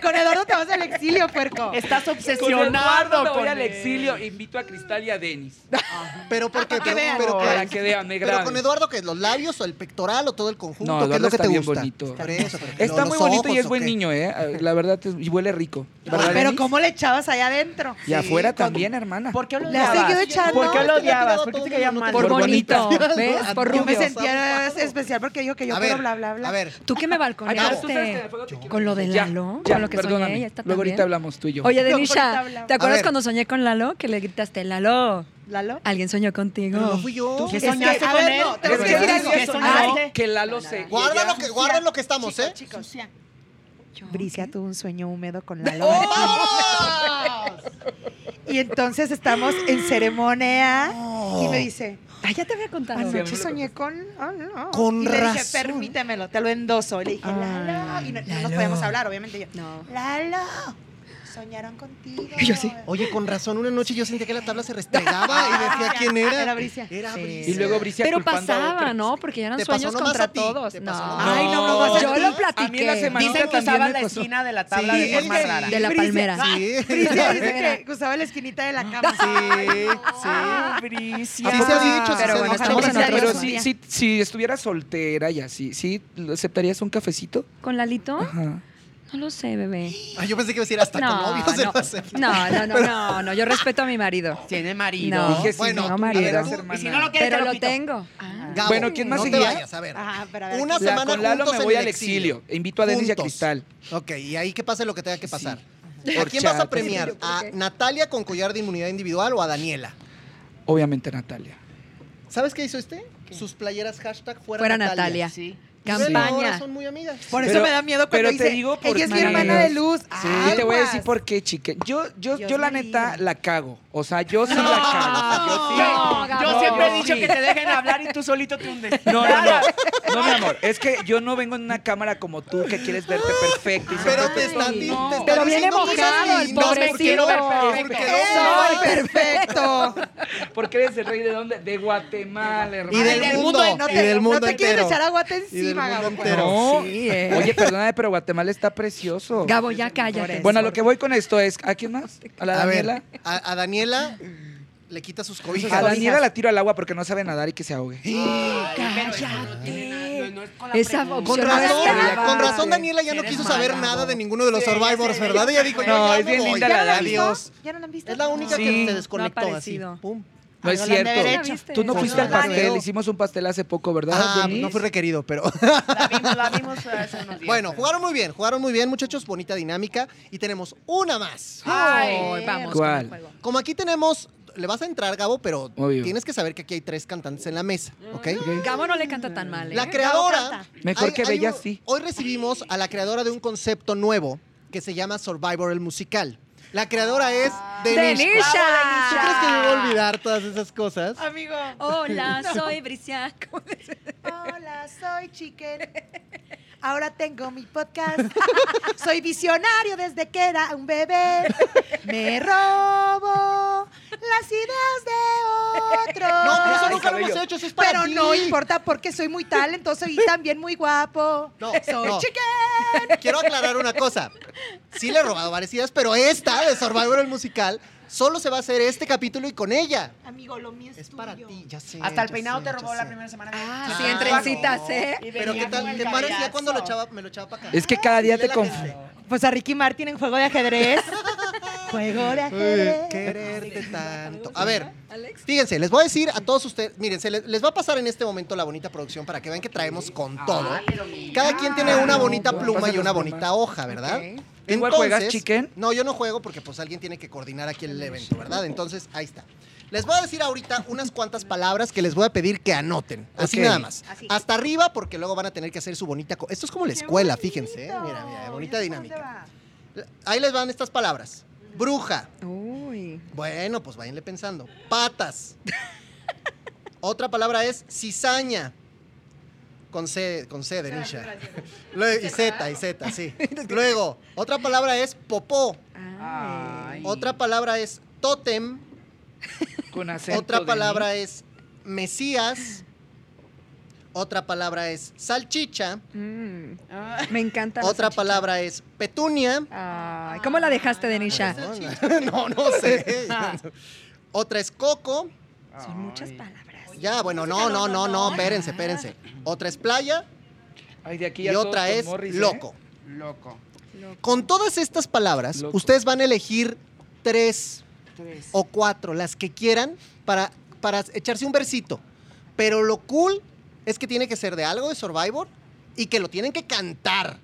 [SPEAKER 2] Con Eduardo te vas al exilio, puerco.
[SPEAKER 5] Estás
[SPEAKER 6] Con
[SPEAKER 5] obsesionado
[SPEAKER 6] Eduardo me
[SPEAKER 5] con
[SPEAKER 6] voy al
[SPEAKER 5] él.
[SPEAKER 6] exilio. Invito a Cristal y a Denis.
[SPEAKER 1] Pero porque
[SPEAKER 2] que
[SPEAKER 1] pero,
[SPEAKER 2] vean.
[SPEAKER 1] pero que-
[SPEAKER 6] Para que vean, me
[SPEAKER 1] pero
[SPEAKER 6] graben.
[SPEAKER 1] con Eduardo que los labios o el pectoral o todo el conjunto,
[SPEAKER 6] No,
[SPEAKER 1] ¿qué es
[SPEAKER 6] Eduardo
[SPEAKER 1] lo que
[SPEAKER 6] está
[SPEAKER 1] te
[SPEAKER 6] bien
[SPEAKER 1] gusta?
[SPEAKER 6] bonito.
[SPEAKER 1] Por eso, pero
[SPEAKER 6] Está
[SPEAKER 1] los
[SPEAKER 6] muy bonito y
[SPEAKER 1] ojos,
[SPEAKER 6] es
[SPEAKER 1] ¿o
[SPEAKER 6] buen
[SPEAKER 1] qué?
[SPEAKER 6] niño, ¿eh? La verdad, es- y huele rico. ¿verdad,
[SPEAKER 2] Pero
[SPEAKER 6] Denis?
[SPEAKER 2] ¿cómo le echabas allá adentro?
[SPEAKER 6] Y afuera también,
[SPEAKER 5] [LAUGHS]
[SPEAKER 6] hermana.
[SPEAKER 5] ¿Por qué lo
[SPEAKER 2] Le has seguido
[SPEAKER 5] odiabas?
[SPEAKER 2] echando.
[SPEAKER 5] ¿Por qué
[SPEAKER 1] No,
[SPEAKER 5] lo
[SPEAKER 1] es que le ha
[SPEAKER 5] odiabas?
[SPEAKER 1] tirado
[SPEAKER 5] ¿Por qué
[SPEAKER 1] todo
[SPEAKER 5] te
[SPEAKER 1] el
[SPEAKER 5] caías
[SPEAKER 1] mundo,
[SPEAKER 5] mal?
[SPEAKER 1] no te-
[SPEAKER 3] Por
[SPEAKER 6] Por
[SPEAKER 3] bonito,
[SPEAKER 1] bonita.
[SPEAKER 3] ¿ves? Por
[SPEAKER 2] Yo me
[SPEAKER 3] rubio.
[SPEAKER 1] Dios,
[SPEAKER 2] sentía
[SPEAKER 1] santo.
[SPEAKER 2] especial porque dijo que yo
[SPEAKER 1] A
[SPEAKER 2] quiero
[SPEAKER 1] ver,
[SPEAKER 2] bla, bla, bla.
[SPEAKER 1] A ver,
[SPEAKER 3] Tú que me
[SPEAKER 6] Ay, Gabo, tú sabes que en
[SPEAKER 3] balconeaste
[SPEAKER 6] el fuego te quiero.
[SPEAKER 3] con lo de
[SPEAKER 6] Ya,
[SPEAKER 3] Lalo,
[SPEAKER 6] ya,
[SPEAKER 3] con lo que
[SPEAKER 6] perdóname.
[SPEAKER 3] soñé, ya está
[SPEAKER 6] Luego
[SPEAKER 3] también.
[SPEAKER 6] ahorita hablamos tú y yo.
[SPEAKER 3] Oye,
[SPEAKER 2] Ahorita
[SPEAKER 3] Denisha,
[SPEAKER 2] hablamos.
[SPEAKER 3] ¿te
[SPEAKER 1] A
[SPEAKER 3] acuerdas
[SPEAKER 1] ver.
[SPEAKER 3] cuando soñé con Lalo? Que le gritaste, Lalo,
[SPEAKER 2] ¿Lalo?
[SPEAKER 3] alguien soñó contigo.
[SPEAKER 1] pero no fui yo.
[SPEAKER 5] ¿Qué
[SPEAKER 2] Es que,
[SPEAKER 5] soñaste
[SPEAKER 2] a
[SPEAKER 5] con
[SPEAKER 2] ver,
[SPEAKER 5] él?
[SPEAKER 2] no,
[SPEAKER 5] ¿Qué
[SPEAKER 2] tengo que decir
[SPEAKER 5] soñaste?
[SPEAKER 2] algo.
[SPEAKER 5] ¿Qué soñaste?
[SPEAKER 6] que Lalo se.
[SPEAKER 1] Guarda lo que, guarda lo que estamos, ¿eh?
[SPEAKER 2] Chicos, chicos.
[SPEAKER 3] Yo,
[SPEAKER 2] Bricia tuvo un sueño húmedo con Lalo. ¡Oh!
[SPEAKER 1] ¡Vamos!
[SPEAKER 2] Y entonces estamos en ceremonia
[SPEAKER 1] No.
[SPEAKER 2] y me dice,
[SPEAKER 3] Ay, ya te había contado.
[SPEAKER 6] Sí, a mí
[SPEAKER 2] anoche
[SPEAKER 6] me lo
[SPEAKER 2] soñé con... ah, no".
[SPEAKER 1] Con
[SPEAKER 2] y le dije,
[SPEAKER 1] razón.
[SPEAKER 2] permítemelo, te lo endoso. Y le dije, Lalo. Y no, no nos
[SPEAKER 3] Lalo.
[SPEAKER 2] podemos hablar, obviamente yo.
[SPEAKER 3] No.
[SPEAKER 2] Lalo, Soñaron contigo.
[SPEAKER 3] Y yo así.
[SPEAKER 1] Oye, con razón, una noche yo sentía que la tabla se restregaba y decía quién era.
[SPEAKER 2] Ah, Era Bricia.
[SPEAKER 1] Era
[SPEAKER 2] Sí.
[SPEAKER 1] Bricia.
[SPEAKER 6] Y luego Bricia
[SPEAKER 3] Pero
[SPEAKER 6] culpando a
[SPEAKER 3] pasaba,
[SPEAKER 6] otros.
[SPEAKER 3] ¿no? Porque ya eran
[SPEAKER 1] Te pasó
[SPEAKER 3] sueños
[SPEAKER 1] nomás
[SPEAKER 3] contra
[SPEAKER 1] a ti,
[SPEAKER 3] todos.
[SPEAKER 1] te
[SPEAKER 3] No.
[SPEAKER 1] pasó nomás
[SPEAKER 6] a ti.
[SPEAKER 3] Ay, no, no vas a
[SPEAKER 6] Yo
[SPEAKER 3] Yo
[SPEAKER 6] lo
[SPEAKER 3] lo
[SPEAKER 6] platiqué.
[SPEAKER 3] platiqué.
[SPEAKER 6] A mí en la semana-
[SPEAKER 5] Dicen que
[SPEAKER 6] También
[SPEAKER 5] usaba
[SPEAKER 6] me
[SPEAKER 5] la
[SPEAKER 6] pasó.
[SPEAKER 5] esquina de la tabla
[SPEAKER 1] Sí,
[SPEAKER 5] de forma
[SPEAKER 1] es que-
[SPEAKER 5] rara.
[SPEAKER 3] De la
[SPEAKER 2] Bricia-
[SPEAKER 3] palmera.
[SPEAKER 1] Sí.
[SPEAKER 2] Bricia
[SPEAKER 1] [LAUGHS]
[SPEAKER 2] dice que usaba la esquinita de la cama.
[SPEAKER 1] Sí, sí.
[SPEAKER 3] Bricia.
[SPEAKER 1] Así se ha dicho,
[SPEAKER 3] Pero
[SPEAKER 1] se
[SPEAKER 3] bueno,
[SPEAKER 1] enoja.
[SPEAKER 3] estamos
[SPEAKER 2] Ojalá
[SPEAKER 3] en otro
[SPEAKER 2] que
[SPEAKER 6] Pero
[SPEAKER 2] otros
[SPEAKER 6] si,
[SPEAKER 2] días.
[SPEAKER 6] si, si estuviera soltera y así, ¿sí aceptarías un cafecito?
[SPEAKER 3] ¿Con Lalito?
[SPEAKER 6] Ajá.
[SPEAKER 3] No lo sé, bebé.
[SPEAKER 1] Ah, yo pensé que iba a decir hasta con
[SPEAKER 3] No,
[SPEAKER 1] novio se [LAUGHS] lo acepto.
[SPEAKER 3] no, no, no, no, no, yo respeto a mi marido.
[SPEAKER 5] Tiene marido.
[SPEAKER 3] No.
[SPEAKER 6] Dije, si
[SPEAKER 1] Bueno,
[SPEAKER 6] no
[SPEAKER 3] no, marido.
[SPEAKER 6] tuvieras
[SPEAKER 1] Y si
[SPEAKER 6] hermana.
[SPEAKER 5] Y si no lo quieres,
[SPEAKER 3] Pero
[SPEAKER 5] te
[SPEAKER 3] lo
[SPEAKER 5] quito.
[SPEAKER 3] tengo.
[SPEAKER 1] Ah. Gabo,
[SPEAKER 6] Bueno, ¿quién más
[SPEAKER 1] no te
[SPEAKER 6] seguía?
[SPEAKER 1] vayas, a ver.
[SPEAKER 2] Ajá, pero a ver,
[SPEAKER 1] Una [LAUGHS]
[SPEAKER 2] ¿quién-
[SPEAKER 6] La-
[SPEAKER 1] semana
[SPEAKER 6] con Lalo
[SPEAKER 1] juntos
[SPEAKER 6] me voy
[SPEAKER 1] en el
[SPEAKER 6] al exilio. Invito a Denis y a
[SPEAKER 1] Juntos.
[SPEAKER 6] Cristal.
[SPEAKER 1] Ok, y ahí que pase lo que tenga que pasar.
[SPEAKER 6] Sí.
[SPEAKER 1] ¿A quién
[SPEAKER 6] Horchata.
[SPEAKER 1] vas a premiar? ¿A Natalia con collar de inmunidad individual o a Daniela?
[SPEAKER 6] Obviamente Natalia.
[SPEAKER 1] ¿Sabes qué hizo este? Sus playeras hashtag fuera,
[SPEAKER 3] Fuera
[SPEAKER 1] Natalia.
[SPEAKER 3] Natalia.
[SPEAKER 5] Sí.
[SPEAKER 1] Ustedes ahora
[SPEAKER 3] Campaña.
[SPEAKER 1] son muy amigas.
[SPEAKER 2] Por eso
[SPEAKER 6] Pero-
[SPEAKER 2] me da miedo cuando
[SPEAKER 6] pero te
[SPEAKER 2] dice,
[SPEAKER 6] digo por
[SPEAKER 2] ella es mi
[SPEAKER 3] qué.
[SPEAKER 2] hermana de luz.
[SPEAKER 6] Sí, te voy a decir
[SPEAKER 2] Aguas.
[SPEAKER 6] por qué, chica. Yo, yo,
[SPEAKER 2] Dios
[SPEAKER 6] yo la
[SPEAKER 2] me
[SPEAKER 6] neta
[SPEAKER 2] libre.
[SPEAKER 6] la cago. O sea, yo sí la cago. Yo sí.
[SPEAKER 3] No,
[SPEAKER 5] yo
[SPEAKER 3] Gabo,
[SPEAKER 5] siempre
[SPEAKER 3] no.
[SPEAKER 5] he dicho que te dejen hablar y tú solito te hundes.
[SPEAKER 6] No, no, no. No, mi amor. Es que yo no vengo en una cámara como tú que quieres verte perfecta. Y ser
[SPEAKER 1] Pero te
[SPEAKER 6] perfecta.
[SPEAKER 1] está,
[SPEAKER 3] Ay,
[SPEAKER 1] di-
[SPEAKER 3] no.
[SPEAKER 1] te está
[SPEAKER 3] Pero viene
[SPEAKER 1] diciendo cosas
[SPEAKER 3] mojado el
[SPEAKER 1] lindas porque
[SPEAKER 3] pobrecito.
[SPEAKER 1] no-
[SPEAKER 6] Porque
[SPEAKER 1] porque
[SPEAKER 6] no-
[SPEAKER 1] no-
[SPEAKER 2] ¡Soy perfecto!
[SPEAKER 6] Porque eres el rey de dónde? De Guatemala, hermano.
[SPEAKER 1] Y del
[SPEAKER 2] Ay,
[SPEAKER 1] mundo,
[SPEAKER 2] no te,
[SPEAKER 1] y del mundo
[SPEAKER 2] no te quieres
[SPEAKER 1] entero.
[SPEAKER 2] echar aguate
[SPEAKER 1] Y del
[SPEAKER 2] encima,
[SPEAKER 1] mundo
[SPEAKER 2] Gabo.
[SPEAKER 1] entero.
[SPEAKER 6] No.
[SPEAKER 1] Sí, eh.
[SPEAKER 6] Oye, perdóname, pero Guatemala está precioso.
[SPEAKER 3] Gabo, ya cállate.
[SPEAKER 6] Bueno, a lo que voy con esto es, ¿a quién más? ¿A la
[SPEAKER 1] A ver,
[SPEAKER 6] Daniela?
[SPEAKER 1] a, a Daniela le quita sus cobijas.
[SPEAKER 6] A Daniela la tiro al agua porque no sabe nadar y que
[SPEAKER 2] [GASPS]
[SPEAKER 6] se ahogue.
[SPEAKER 3] Cállate. Esa
[SPEAKER 1] Con
[SPEAKER 3] opción no
[SPEAKER 1] razón,
[SPEAKER 3] estaba.
[SPEAKER 1] con razón Daniela ya no
[SPEAKER 5] Eres
[SPEAKER 1] quiso
[SPEAKER 5] mala,
[SPEAKER 1] saber
[SPEAKER 5] Gabo.
[SPEAKER 1] nada de ninguno de los
[SPEAKER 5] Sí,
[SPEAKER 1] Survivors,
[SPEAKER 5] ya sé.
[SPEAKER 1] ¿verdad? Ella dijo,
[SPEAKER 6] No,
[SPEAKER 1] yo ya
[SPEAKER 6] es
[SPEAKER 1] me
[SPEAKER 6] bien
[SPEAKER 1] voy.
[SPEAKER 6] linda
[SPEAKER 1] Ya
[SPEAKER 6] la
[SPEAKER 1] la
[SPEAKER 6] Dani.
[SPEAKER 1] vi.
[SPEAKER 2] ¿No?
[SPEAKER 1] Adiós.
[SPEAKER 2] ¿Ya no la han visto?
[SPEAKER 1] Es la única
[SPEAKER 6] Sí.
[SPEAKER 1] que se
[SPEAKER 3] No ha
[SPEAKER 1] desconectó así.
[SPEAKER 3] aparecido.
[SPEAKER 1] Pum.
[SPEAKER 6] No es
[SPEAKER 2] Algo le han de haber
[SPEAKER 6] cierto.
[SPEAKER 2] hecho.
[SPEAKER 6] Tú no
[SPEAKER 1] Pues
[SPEAKER 6] fuiste
[SPEAKER 1] no,
[SPEAKER 6] al
[SPEAKER 1] Dani.
[SPEAKER 6] pastel, hicimos un pastel hace poco, ¿verdad?
[SPEAKER 1] Ah,
[SPEAKER 6] Denise?
[SPEAKER 1] no fue requerido, pero... [LAUGHS]
[SPEAKER 5] La vimos, la vimos hace unos días.
[SPEAKER 1] Bueno, jugaron muy bien, jugaron muy bien, muchachos. Bonita dinámica. Y tenemos una más.
[SPEAKER 3] Ay, vamos. con
[SPEAKER 6] ¿Cuál?
[SPEAKER 3] el juego.
[SPEAKER 1] Como aquí tenemos... Le vas a entrar, Gabo, pero
[SPEAKER 6] Obvio.
[SPEAKER 1] tienes que saber que aquí hay tres cantantes en la mesa, ¿ok?
[SPEAKER 3] Gabo no le canta tan mal, ¿eh?
[SPEAKER 1] La
[SPEAKER 2] Gabo
[SPEAKER 1] creadora.
[SPEAKER 2] canta.
[SPEAKER 6] Mejor que Bella,
[SPEAKER 1] un-
[SPEAKER 6] sí.
[SPEAKER 1] Hoy recibimos a la creadora de un concepto nuevo que se llama Survivor el musical. La creadora es
[SPEAKER 5] Ah.
[SPEAKER 1] Denise.
[SPEAKER 3] ¡Denisha!
[SPEAKER 1] ¿Tú crees que me voy a olvidar todas esas cosas?
[SPEAKER 2] Amigo.
[SPEAKER 1] [LAUGHS]
[SPEAKER 3] Hola, soy Bricia. ¿Cómo es?
[SPEAKER 2] Hola, soy Chicken. Ahora tengo mi podcast. [LAUGHS] Soy visionario desde que era un bebé. Me robo las ideas de otros.
[SPEAKER 1] No, pero eso nunca
[SPEAKER 6] Ay,
[SPEAKER 1] lo
[SPEAKER 6] cabello.
[SPEAKER 1] hemos hecho, eso es para
[SPEAKER 2] Pero
[SPEAKER 1] ti.
[SPEAKER 2] no importa porque soy muy talentoso
[SPEAKER 1] [LAUGHS]
[SPEAKER 2] y también muy guapo.
[SPEAKER 1] No,
[SPEAKER 2] soy
[SPEAKER 1] no.
[SPEAKER 2] Chicken.
[SPEAKER 1] Quiero aclarar una cosa. Sí le he robado varias ideas, pero esta de Survivor el musical solo se va a hacer este capítulo y con ella.
[SPEAKER 2] Amigo, lo mío es,
[SPEAKER 1] Es
[SPEAKER 2] tuyo.
[SPEAKER 1] para ti, ya sé.
[SPEAKER 5] Hasta el
[SPEAKER 1] ya
[SPEAKER 5] peinado
[SPEAKER 1] sé,
[SPEAKER 5] te
[SPEAKER 1] ya
[SPEAKER 5] robó
[SPEAKER 1] sé.
[SPEAKER 5] la primera semana. de-
[SPEAKER 3] Ah,
[SPEAKER 1] sí, en
[SPEAKER 3] trencitas, ¿eh?
[SPEAKER 5] Y
[SPEAKER 1] Pero
[SPEAKER 5] venía
[SPEAKER 1] qué
[SPEAKER 5] con
[SPEAKER 1] tal,
[SPEAKER 5] el
[SPEAKER 1] ¿te parecía
[SPEAKER 5] cabezazo.
[SPEAKER 1] cuando lo echaba, me lo echaba para acá?
[SPEAKER 6] Es que cada día
[SPEAKER 1] Dile
[SPEAKER 6] te
[SPEAKER 1] a la
[SPEAKER 6] confundes.
[SPEAKER 1] gente.
[SPEAKER 2] Pues a Ricky Martin en juego de [LAUGHS] ajedrez. juego de
[SPEAKER 1] Eh,
[SPEAKER 2] ajedrez.
[SPEAKER 1] Quererte tanto. A ver,
[SPEAKER 3] Alex.
[SPEAKER 1] fíjense, les voy a decir a todos ustedes, miren, se le- les, va a pasar en este momento la bonita producción para que vean que traemos con todo. Cada quien tiene una bonita
[SPEAKER 6] no,
[SPEAKER 1] pluma y
[SPEAKER 6] pásanos
[SPEAKER 1] una
[SPEAKER 6] pluma.
[SPEAKER 1] bonita hoja, ¿verdad?
[SPEAKER 3] Ok.
[SPEAKER 6] Igual juegas, chicken.
[SPEAKER 1] No, yo no juego porque pues alguien tiene que coordinar aquí el evento, ¿verdad? Entonces, ahí está. Les voy a decir ahorita unas cuantas palabras que les voy a pedir que anoten. Así
[SPEAKER 6] Ok.
[SPEAKER 1] nada más. Hasta arriba porque luego van a tener que hacer su bonita... co- Esto es como la escuela, fíjense. ¿eh? Mira, mira, bonita dinámica. Ahí les van estas palabras. Bruja,
[SPEAKER 3] Uy.
[SPEAKER 1] bueno, pues váyanle pensando. Patas. Otra palabra es cizaña. Con C, con C de Nisha. Lue- y Z, y Z, sí. Luego, otra palabra es popó.
[SPEAKER 6] Ah.
[SPEAKER 3] Ay.
[SPEAKER 1] Otra palabra es tótem.
[SPEAKER 6] Con acento
[SPEAKER 1] Otra
[SPEAKER 6] de
[SPEAKER 1] palabra
[SPEAKER 6] mí.
[SPEAKER 1] es mesías. Otra palabra es salchicha.
[SPEAKER 3] Mm. Me encanta. la
[SPEAKER 1] Otra
[SPEAKER 3] salchicha.
[SPEAKER 1] palabra es petunia.
[SPEAKER 3] Ay, ¿Cómo la dejaste, Denisha?
[SPEAKER 1] No, no sé. Otra es coco.
[SPEAKER 3] Son muchas palabras.
[SPEAKER 1] Ya, bueno, no, no, no, no, espérense, espérense. Otra es playa
[SPEAKER 6] Ay, de aquí
[SPEAKER 1] y
[SPEAKER 6] ya todos
[SPEAKER 1] otra
[SPEAKER 6] con
[SPEAKER 1] es
[SPEAKER 6] Morris, ¿eh?
[SPEAKER 1] loco.
[SPEAKER 5] Loco.
[SPEAKER 1] Con todas estas palabras,
[SPEAKER 6] Loco.
[SPEAKER 1] ustedes van a elegir tres
[SPEAKER 5] Tres.
[SPEAKER 1] o cuatro, las que quieran, para, para echarse un versito. Pero lo cool es que tiene que ser de algo de Survivor y que lo tienen que cantar.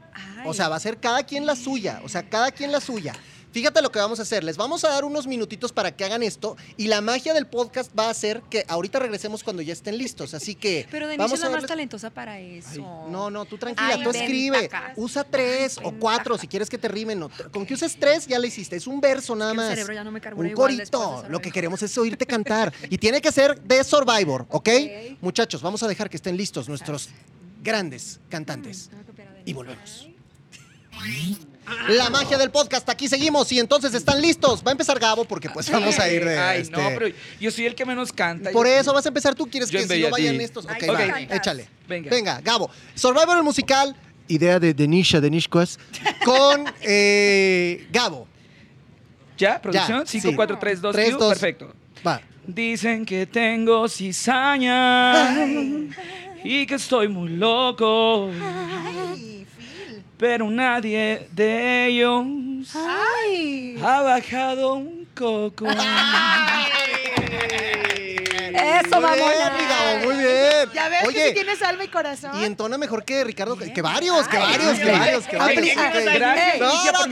[SPEAKER 1] O sea, va a ser cada quien la suya. O sea, cada quien la suya. Fíjate lo que vamos a hacer. Les vamos a dar unos minutitos para que hagan esto y la magia del podcast va a ser que ahorita regresemos cuando ya estén listos. Así que
[SPEAKER 3] Pero Denisha
[SPEAKER 1] vamos
[SPEAKER 3] es la más
[SPEAKER 1] darles-
[SPEAKER 3] talentosa para eso.
[SPEAKER 1] No, no, tú tranquila,
[SPEAKER 3] Ay,
[SPEAKER 1] tú
[SPEAKER 3] ventaja.
[SPEAKER 1] escribe. Usa tres o cuatro si quieres que te rimen. o- Con que uses tres ya la hiciste. Es un verso nada
[SPEAKER 3] El
[SPEAKER 1] más.
[SPEAKER 3] cerebro ya no me carbura
[SPEAKER 1] Un
[SPEAKER 3] igual después de
[SPEAKER 1] corito.
[SPEAKER 3] Survivor.
[SPEAKER 1] Lo que queremos es oírte cantar. Y tiene que ser de Survivor, ¿ok?
[SPEAKER 3] Ok.
[SPEAKER 1] Muchachos, vamos a dejar que estén listos nuestros grandes cantantes.
[SPEAKER 3] Tengo que operar a Denisha.
[SPEAKER 1] Y volvemos. La magia del podcast. Aquí seguimos y entonces están listos. Va a empezar Gabo porque pues vamos a ir de.
[SPEAKER 6] Ay,
[SPEAKER 1] este,
[SPEAKER 6] no, pero yo soy el que menos canta.
[SPEAKER 1] Por
[SPEAKER 6] Yo-
[SPEAKER 1] eso vas a empezar tú. ¿Quieres
[SPEAKER 6] Yo
[SPEAKER 1] que si
[SPEAKER 6] en
[SPEAKER 1] no
[SPEAKER 6] Bella
[SPEAKER 1] vayan
[SPEAKER 6] D.
[SPEAKER 1] estos? Ok,
[SPEAKER 3] Ay,
[SPEAKER 1] va,
[SPEAKER 6] ok.
[SPEAKER 1] échale. Venga.
[SPEAKER 6] Venga.
[SPEAKER 1] Gabo. Survivor el musical. Idea de Denisha, Denish Quest.
[SPEAKER 2] [LAUGHS]
[SPEAKER 1] Con eh, Gabo.
[SPEAKER 6] ¿Ya? ¿Producción?
[SPEAKER 1] sí.
[SPEAKER 6] 5, 4, 3, 2,
[SPEAKER 1] Tres, dos.
[SPEAKER 6] Perfecto.
[SPEAKER 1] Va.
[SPEAKER 6] Dicen que tengo cizaña y que estoy muy loco,
[SPEAKER 2] Ay, Phil.
[SPEAKER 6] pero nadie de ellos
[SPEAKER 2] Ay.
[SPEAKER 6] ha bajado un coco.
[SPEAKER 3] Eso,
[SPEAKER 1] muy bien,
[SPEAKER 3] mamona.
[SPEAKER 1] mi Gabo, muy bien.
[SPEAKER 2] Ya ves que
[SPEAKER 1] Oye,
[SPEAKER 2] sí tienes alma y corazón.
[SPEAKER 1] y entona mejor que Ricardo. Que varios, que varios, que
[SPEAKER 6] ay,
[SPEAKER 1] varios, que varios.
[SPEAKER 2] ay, ay,
[SPEAKER 1] Ok.
[SPEAKER 2] ay, ay,
[SPEAKER 1] No,
[SPEAKER 6] ay,
[SPEAKER 1] no,
[SPEAKER 6] ay,
[SPEAKER 1] que
[SPEAKER 6] ay,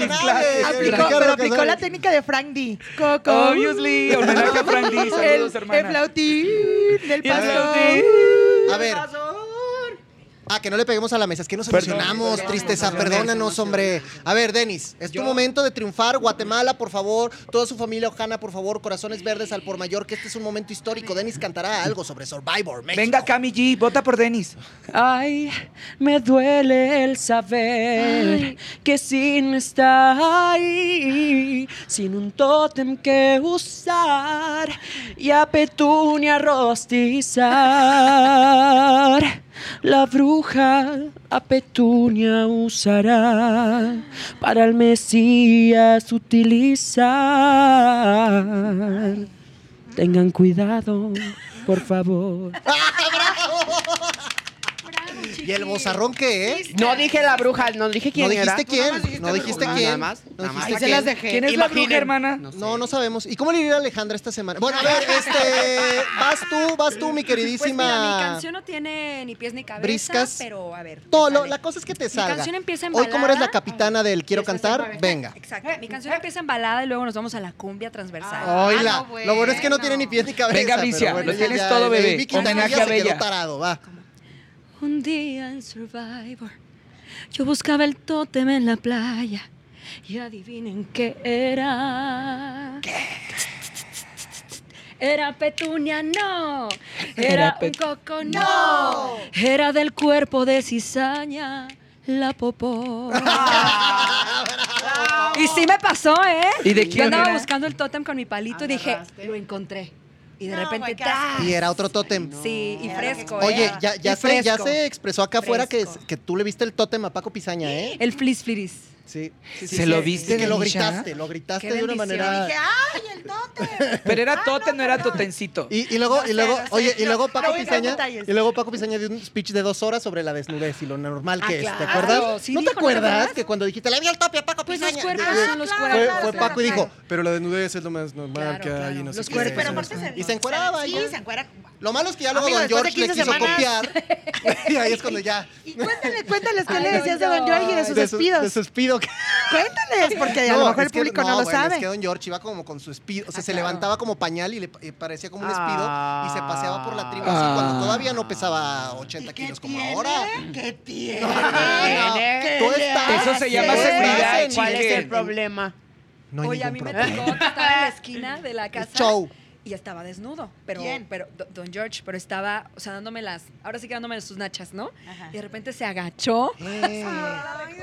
[SPEAKER 1] nadie,
[SPEAKER 6] ay,
[SPEAKER 1] que
[SPEAKER 2] Aplicó,
[SPEAKER 1] Ricardo
[SPEAKER 2] pero aplicó
[SPEAKER 1] Casares.
[SPEAKER 2] la técnica de Frank D. Coco.
[SPEAKER 6] Obviously, homenaje a Frank D. Saludos,
[SPEAKER 2] el,
[SPEAKER 6] hermana.
[SPEAKER 2] el flautín del
[SPEAKER 6] Y el
[SPEAKER 2] pastor.
[SPEAKER 6] flautín.
[SPEAKER 1] A ver. Ah, que no le peguemos a la mesa. Es que nos
[SPEAKER 6] Perdón,
[SPEAKER 1] emocionamos,
[SPEAKER 6] perdón,
[SPEAKER 1] tristeza.
[SPEAKER 6] perdón,
[SPEAKER 1] Perdónanos, hombre. A ver, Denis, es tu
[SPEAKER 6] Yo-
[SPEAKER 1] momento de triunfar. Guatemala, por favor. Toda su familia Ojana, por favor. Corazones verdes al por mayor, que este es un momento histórico. Denis cantará algo sobre Survivor. México.
[SPEAKER 6] Venga, Cami G, vota por Denis.
[SPEAKER 5] Ay, me duele el saber que sin estar ahí, sin un tótem que usar y a Petunia rostizar, la bruja a Petunia usará para el Mesías utilizar. Tengan cuidado, por favor.
[SPEAKER 1] Y el bozarrón que es.
[SPEAKER 5] No dije la bruja, no dije quién
[SPEAKER 1] No
[SPEAKER 5] era.
[SPEAKER 1] dijiste
[SPEAKER 5] Tú nada más
[SPEAKER 1] quién. No dijiste
[SPEAKER 5] bruja.
[SPEAKER 1] quién.
[SPEAKER 5] Nada más,
[SPEAKER 1] No
[SPEAKER 5] nada más.
[SPEAKER 1] dijiste
[SPEAKER 5] Ahí
[SPEAKER 1] quién.
[SPEAKER 6] ¿Quién es la bruja,
[SPEAKER 5] Imaginen.
[SPEAKER 6] hermana?
[SPEAKER 1] No, no sabemos. ¿Y cómo le irá a Alejandra esta semana? Bueno, a ver, este. Vas tú, vas tú, mi
[SPEAKER 3] Pues mira, mi
[SPEAKER 1] queridísima.
[SPEAKER 3] canción no tiene ni pies ni cabeza,
[SPEAKER 1] Briscas.
[SPEAKER 3] pero a ver.
[SPEAKER 1] Todo, lo-
[SPEAKER 3] sale.
[SPEAKER 1] la cosa es que te
[SPEAKER 3] Mi
[SPEAKER 1] salga.
[SPEAKER 3] canción empieza en
[SPEAKER 1] Hoy, como eres la
[SPEAKER 3] balada.
[SPEAKER 1] capitana del Quiero cantar, venga.
[SPEAKER 3] Exacto. Mi canción empieza en balada y luego nos vamos a la cumbia transversal.
[SPEAKER 1] Oila,
[SPEAKER 2] Ah, no,
[SPEAKER 1] lo bueno es que no
[SPEAKER 2] bueno.
[SPEAKER 1] tiene ni pies ni cabeza.
[SPEAKER 6] Venga, Alicia,
[SPEAKER 1] pero bueno,
[SPEAKER 6] lo
[SPEAKER 1] ya,
[SPEAKER 6] tienes
[SPEAKER 1] ya,
[SPEAKER 6] todo,
[SPEAKER 1] ya,
[SPEAKER 6] bebé.
[SPEAKER 1] Vicky Quintanilla
[SPEAKER 6] Homenaje a
[SPEAKER 1] se quedó
[SPEAKER 6] Bella.
[SPEAKER 1] tarado, va.
[SPEAKER 3] Un día en Survivor, yo buscaba el tótem en la playa. Y adivinen qué era. Era petunia, no.
[SPEAKER 6] Era
[SPEAKER 3] Era, un
[SPEAKER 6] pet-
[SPEAKER 3] coco, no. Era del cuerpo de cizaña, la
[SPEAKER 6] [LAUGHS]
[SPEAKER 3] popó. y sí me pasó, ¿eh?
[SPEAKER 6] ¿Y de quién
[SPEAKER 3] Yo andaba
[SPEAKER 6] era?
[SPEAKER 3] buscando el tótem con mi palito y dije, lo encontré. Y de
[SPEAKER 2] No,
[SPEAKER 3] repente,
[SPEAKER 2] güey, qué asco.
[SPEAKER 3] ¡tas!
[SPEAKER 1] Y era otro tótem.
[SPEAKER 3] Sí, y fresco.
[SPEAKER 1] Oye,
[SPEAKER 3] ¿eh?
[SPEAKER 1] ya, ya,
[SPEAKER 3] Y
[SPEAKER 1] se, ya
[SPEAKER 3] fresco.
[SPEAKER 1] se expresó acá afuera que,
[SPEAKER 3] Fresco.
[SPEAKER 1] que tú le viste el tótem a Paco Pizaña, ¿eh?
[SPEAKER 3] El flis fliris.
[SPEAKER 1] Sí. sí,
[SPEAKER 6] ¿Se lo viste,
[SPEAKER 1] Y que lo
[SPEAKER 6] Denisha?
[SPEAKER 1] gritaste, lo gritaste
[SPEAKER 3] Qué
[SPEAKER 1] de una
[SPEAKER 3] bendición.
[SPEAKER 1] manera.
[SPEAKER 2] Dije, ay, el tote.
[SPEAKER 6] Pero era Tote, no era Totencito.
[SPEAKER 1] Y, y luego,
[SPEAKER 2] No
[SPEAKER 1] y
[SPEAKER 2] sé,
[SPEAKER 1] luego,
[SPEAKER 2] no sé,
[SPEAKER 1] oye, y
[SPEAKER 2] yo-
[SPEAKER 1] luego
[SPEAKER 2] no
[SPEAKER 1] Paco
[SPEAKER 2] voy a entrar en
[SPEAKER 1] Pizaña,
[SPEAKER 2] detalles.
[SPEAKER 1] y luego Paco Pizaña dio un speech de dos horas sobre la desnudez y lo normal que
[SPEAKER 3] Ah,
[SPEAKER 1] es. ¿Te
[SPEAKER 3] claro,
[SPEAKER 1] acuerdas?
[SPEAKER 3] sí
[SPEAKER 1] ¿No te
[SPEAKER 3] dijo, ¿no te
[SPEAKER 1] acuerdas
[SPEAKER 3] acuerdas?
[SPEAKER 1] que cuando dijiste le vi el tope a Paco
[SPEAKER 3] Pues los
[SPEAKER 1] Pizaña?
[SPEAKER 3] cuerpos
[SPEAKER 1] Dije,
[SPEAKER 3] son los
[SPEAKER 2] claro,
[SPEAKER 1] fue,
[SPEAKER 3] cuerpos.
[SPEAKER 1] fue
[SPEAKER 2] claro,
[SPEAKER 1] Paco y
[SPEAKER 2] claro.
[SPEAKER 1] dijo, pero la desnudez es lo más normal
[SPEAKER 3] Claro,
[SPEAKER 1] que hay. y
[SPEAKER 3] claro.
[SPEAKER 1] No sé
[SPEAKER 3] Los
[SPEAKER 1] qué".
[SPEAKER 3] cuerpos,
[SPEAKER 2] Pero aparte se-
[SPEAKER 1] Y se encueraba
[SPEAKER 2] Sí,
[SPEAKER 1] ya.
[SPEAKER 2] se encuera.
[SPEAKER 1] Lo malo es que ya luego
[SPEAKER 2] Amigo,
[SPEAKER 1] Don
[SPEAKER 2] después de
[SPEAKER 1] George le
[SPEAKER 2] 15
[SPEAKER 1] quiso
[SPEAKER 2] semanas.
[SPEAKER 1] copiar.
[SPEAKER 2] [LAUGHS]
[SPEAKER 1] [LAUGHS] y ahí es cuando ya.
[SPEAKER 2] Y cuéntales, cuéntales qué
[SPEAKER 3] Ay,
[SPEAKER 2] le
[SPEAKER 3] don
[SPEAKER 2] decías a Don
[SPEAKER 3] George.
[SPEAKER 2] George y de sus
[SPEAKER 1] su-
[SPEAKER 2] despidos.
[SPEAKER 1] De su despido. que-
[SPEAKER 2] Cuéntales, porque a lo
[SPEAKER 1] No,
[SPEAKER 2] mejor
[SPEAKER 1] es
[SPEAKER 2] el
[SPEAKER 1] que-
[SPEAKER 2] público no, lo
[SPEAKER 1] bueno,
[SPEAKER 2] sabe.
[SPEAKER 1] Es que Don George iba como con su espido. O sea,
[SPEAKER 3] Ah,
[SPEAKER 1] se
[SPEAKER 3] claro.
[SPEAKER 1] levantaba como pañal y le pa- y parecía como un espido. Y se paseaba por la tribu así
[SPEAKER 6] Ah.
[SPEAKER 1] cuando todavía no pesaba 80 kilos como ahora.
[SPEAKER 2] ¿Qué tiene?
[SPEAKER 1] No,
[SPEAKER 5] ¿Qué
[SPEAKER 1] tú
[SPEAKER 5] le
[SPEAKER 1] estás-
[SPEAKER 6] Eso se llama
[SPEAKER 1] tú estás
[SPEAKER 6] seguridad,
[SPEAKER 1] en-
[SPEAKER 5] ¿Cuál es
[SPEAKER 6] Chiquen.
[SPEAKER 5] el problema?
[SPEAKER 1] No hay
[SPEAKER 3] Oye, a mí
[SPEAKER 1] ningún
[SPEAKER 3] me
[SPEAKER 1] problema.
[SPEAKER 3] tocó que
[SPEAKER 1] [LAUGHS]
[SPEAKER 3] estaba en la esquina de la casa.
[SPEAKER 1] show.
[SPEAKER 3] Y estaba desnudo, pero,
[SPEAKER 2] ¿Quién?
[SPEAKER 3] pero do- Don George, pero estaba, o sea, dándome las, ahora sí que dándome sus nachas, ¿no?
[SPEAKER 2] Ajá.
[SPEAKER 3] Y de repente se agachó.
[SPEAKER 1] Eh,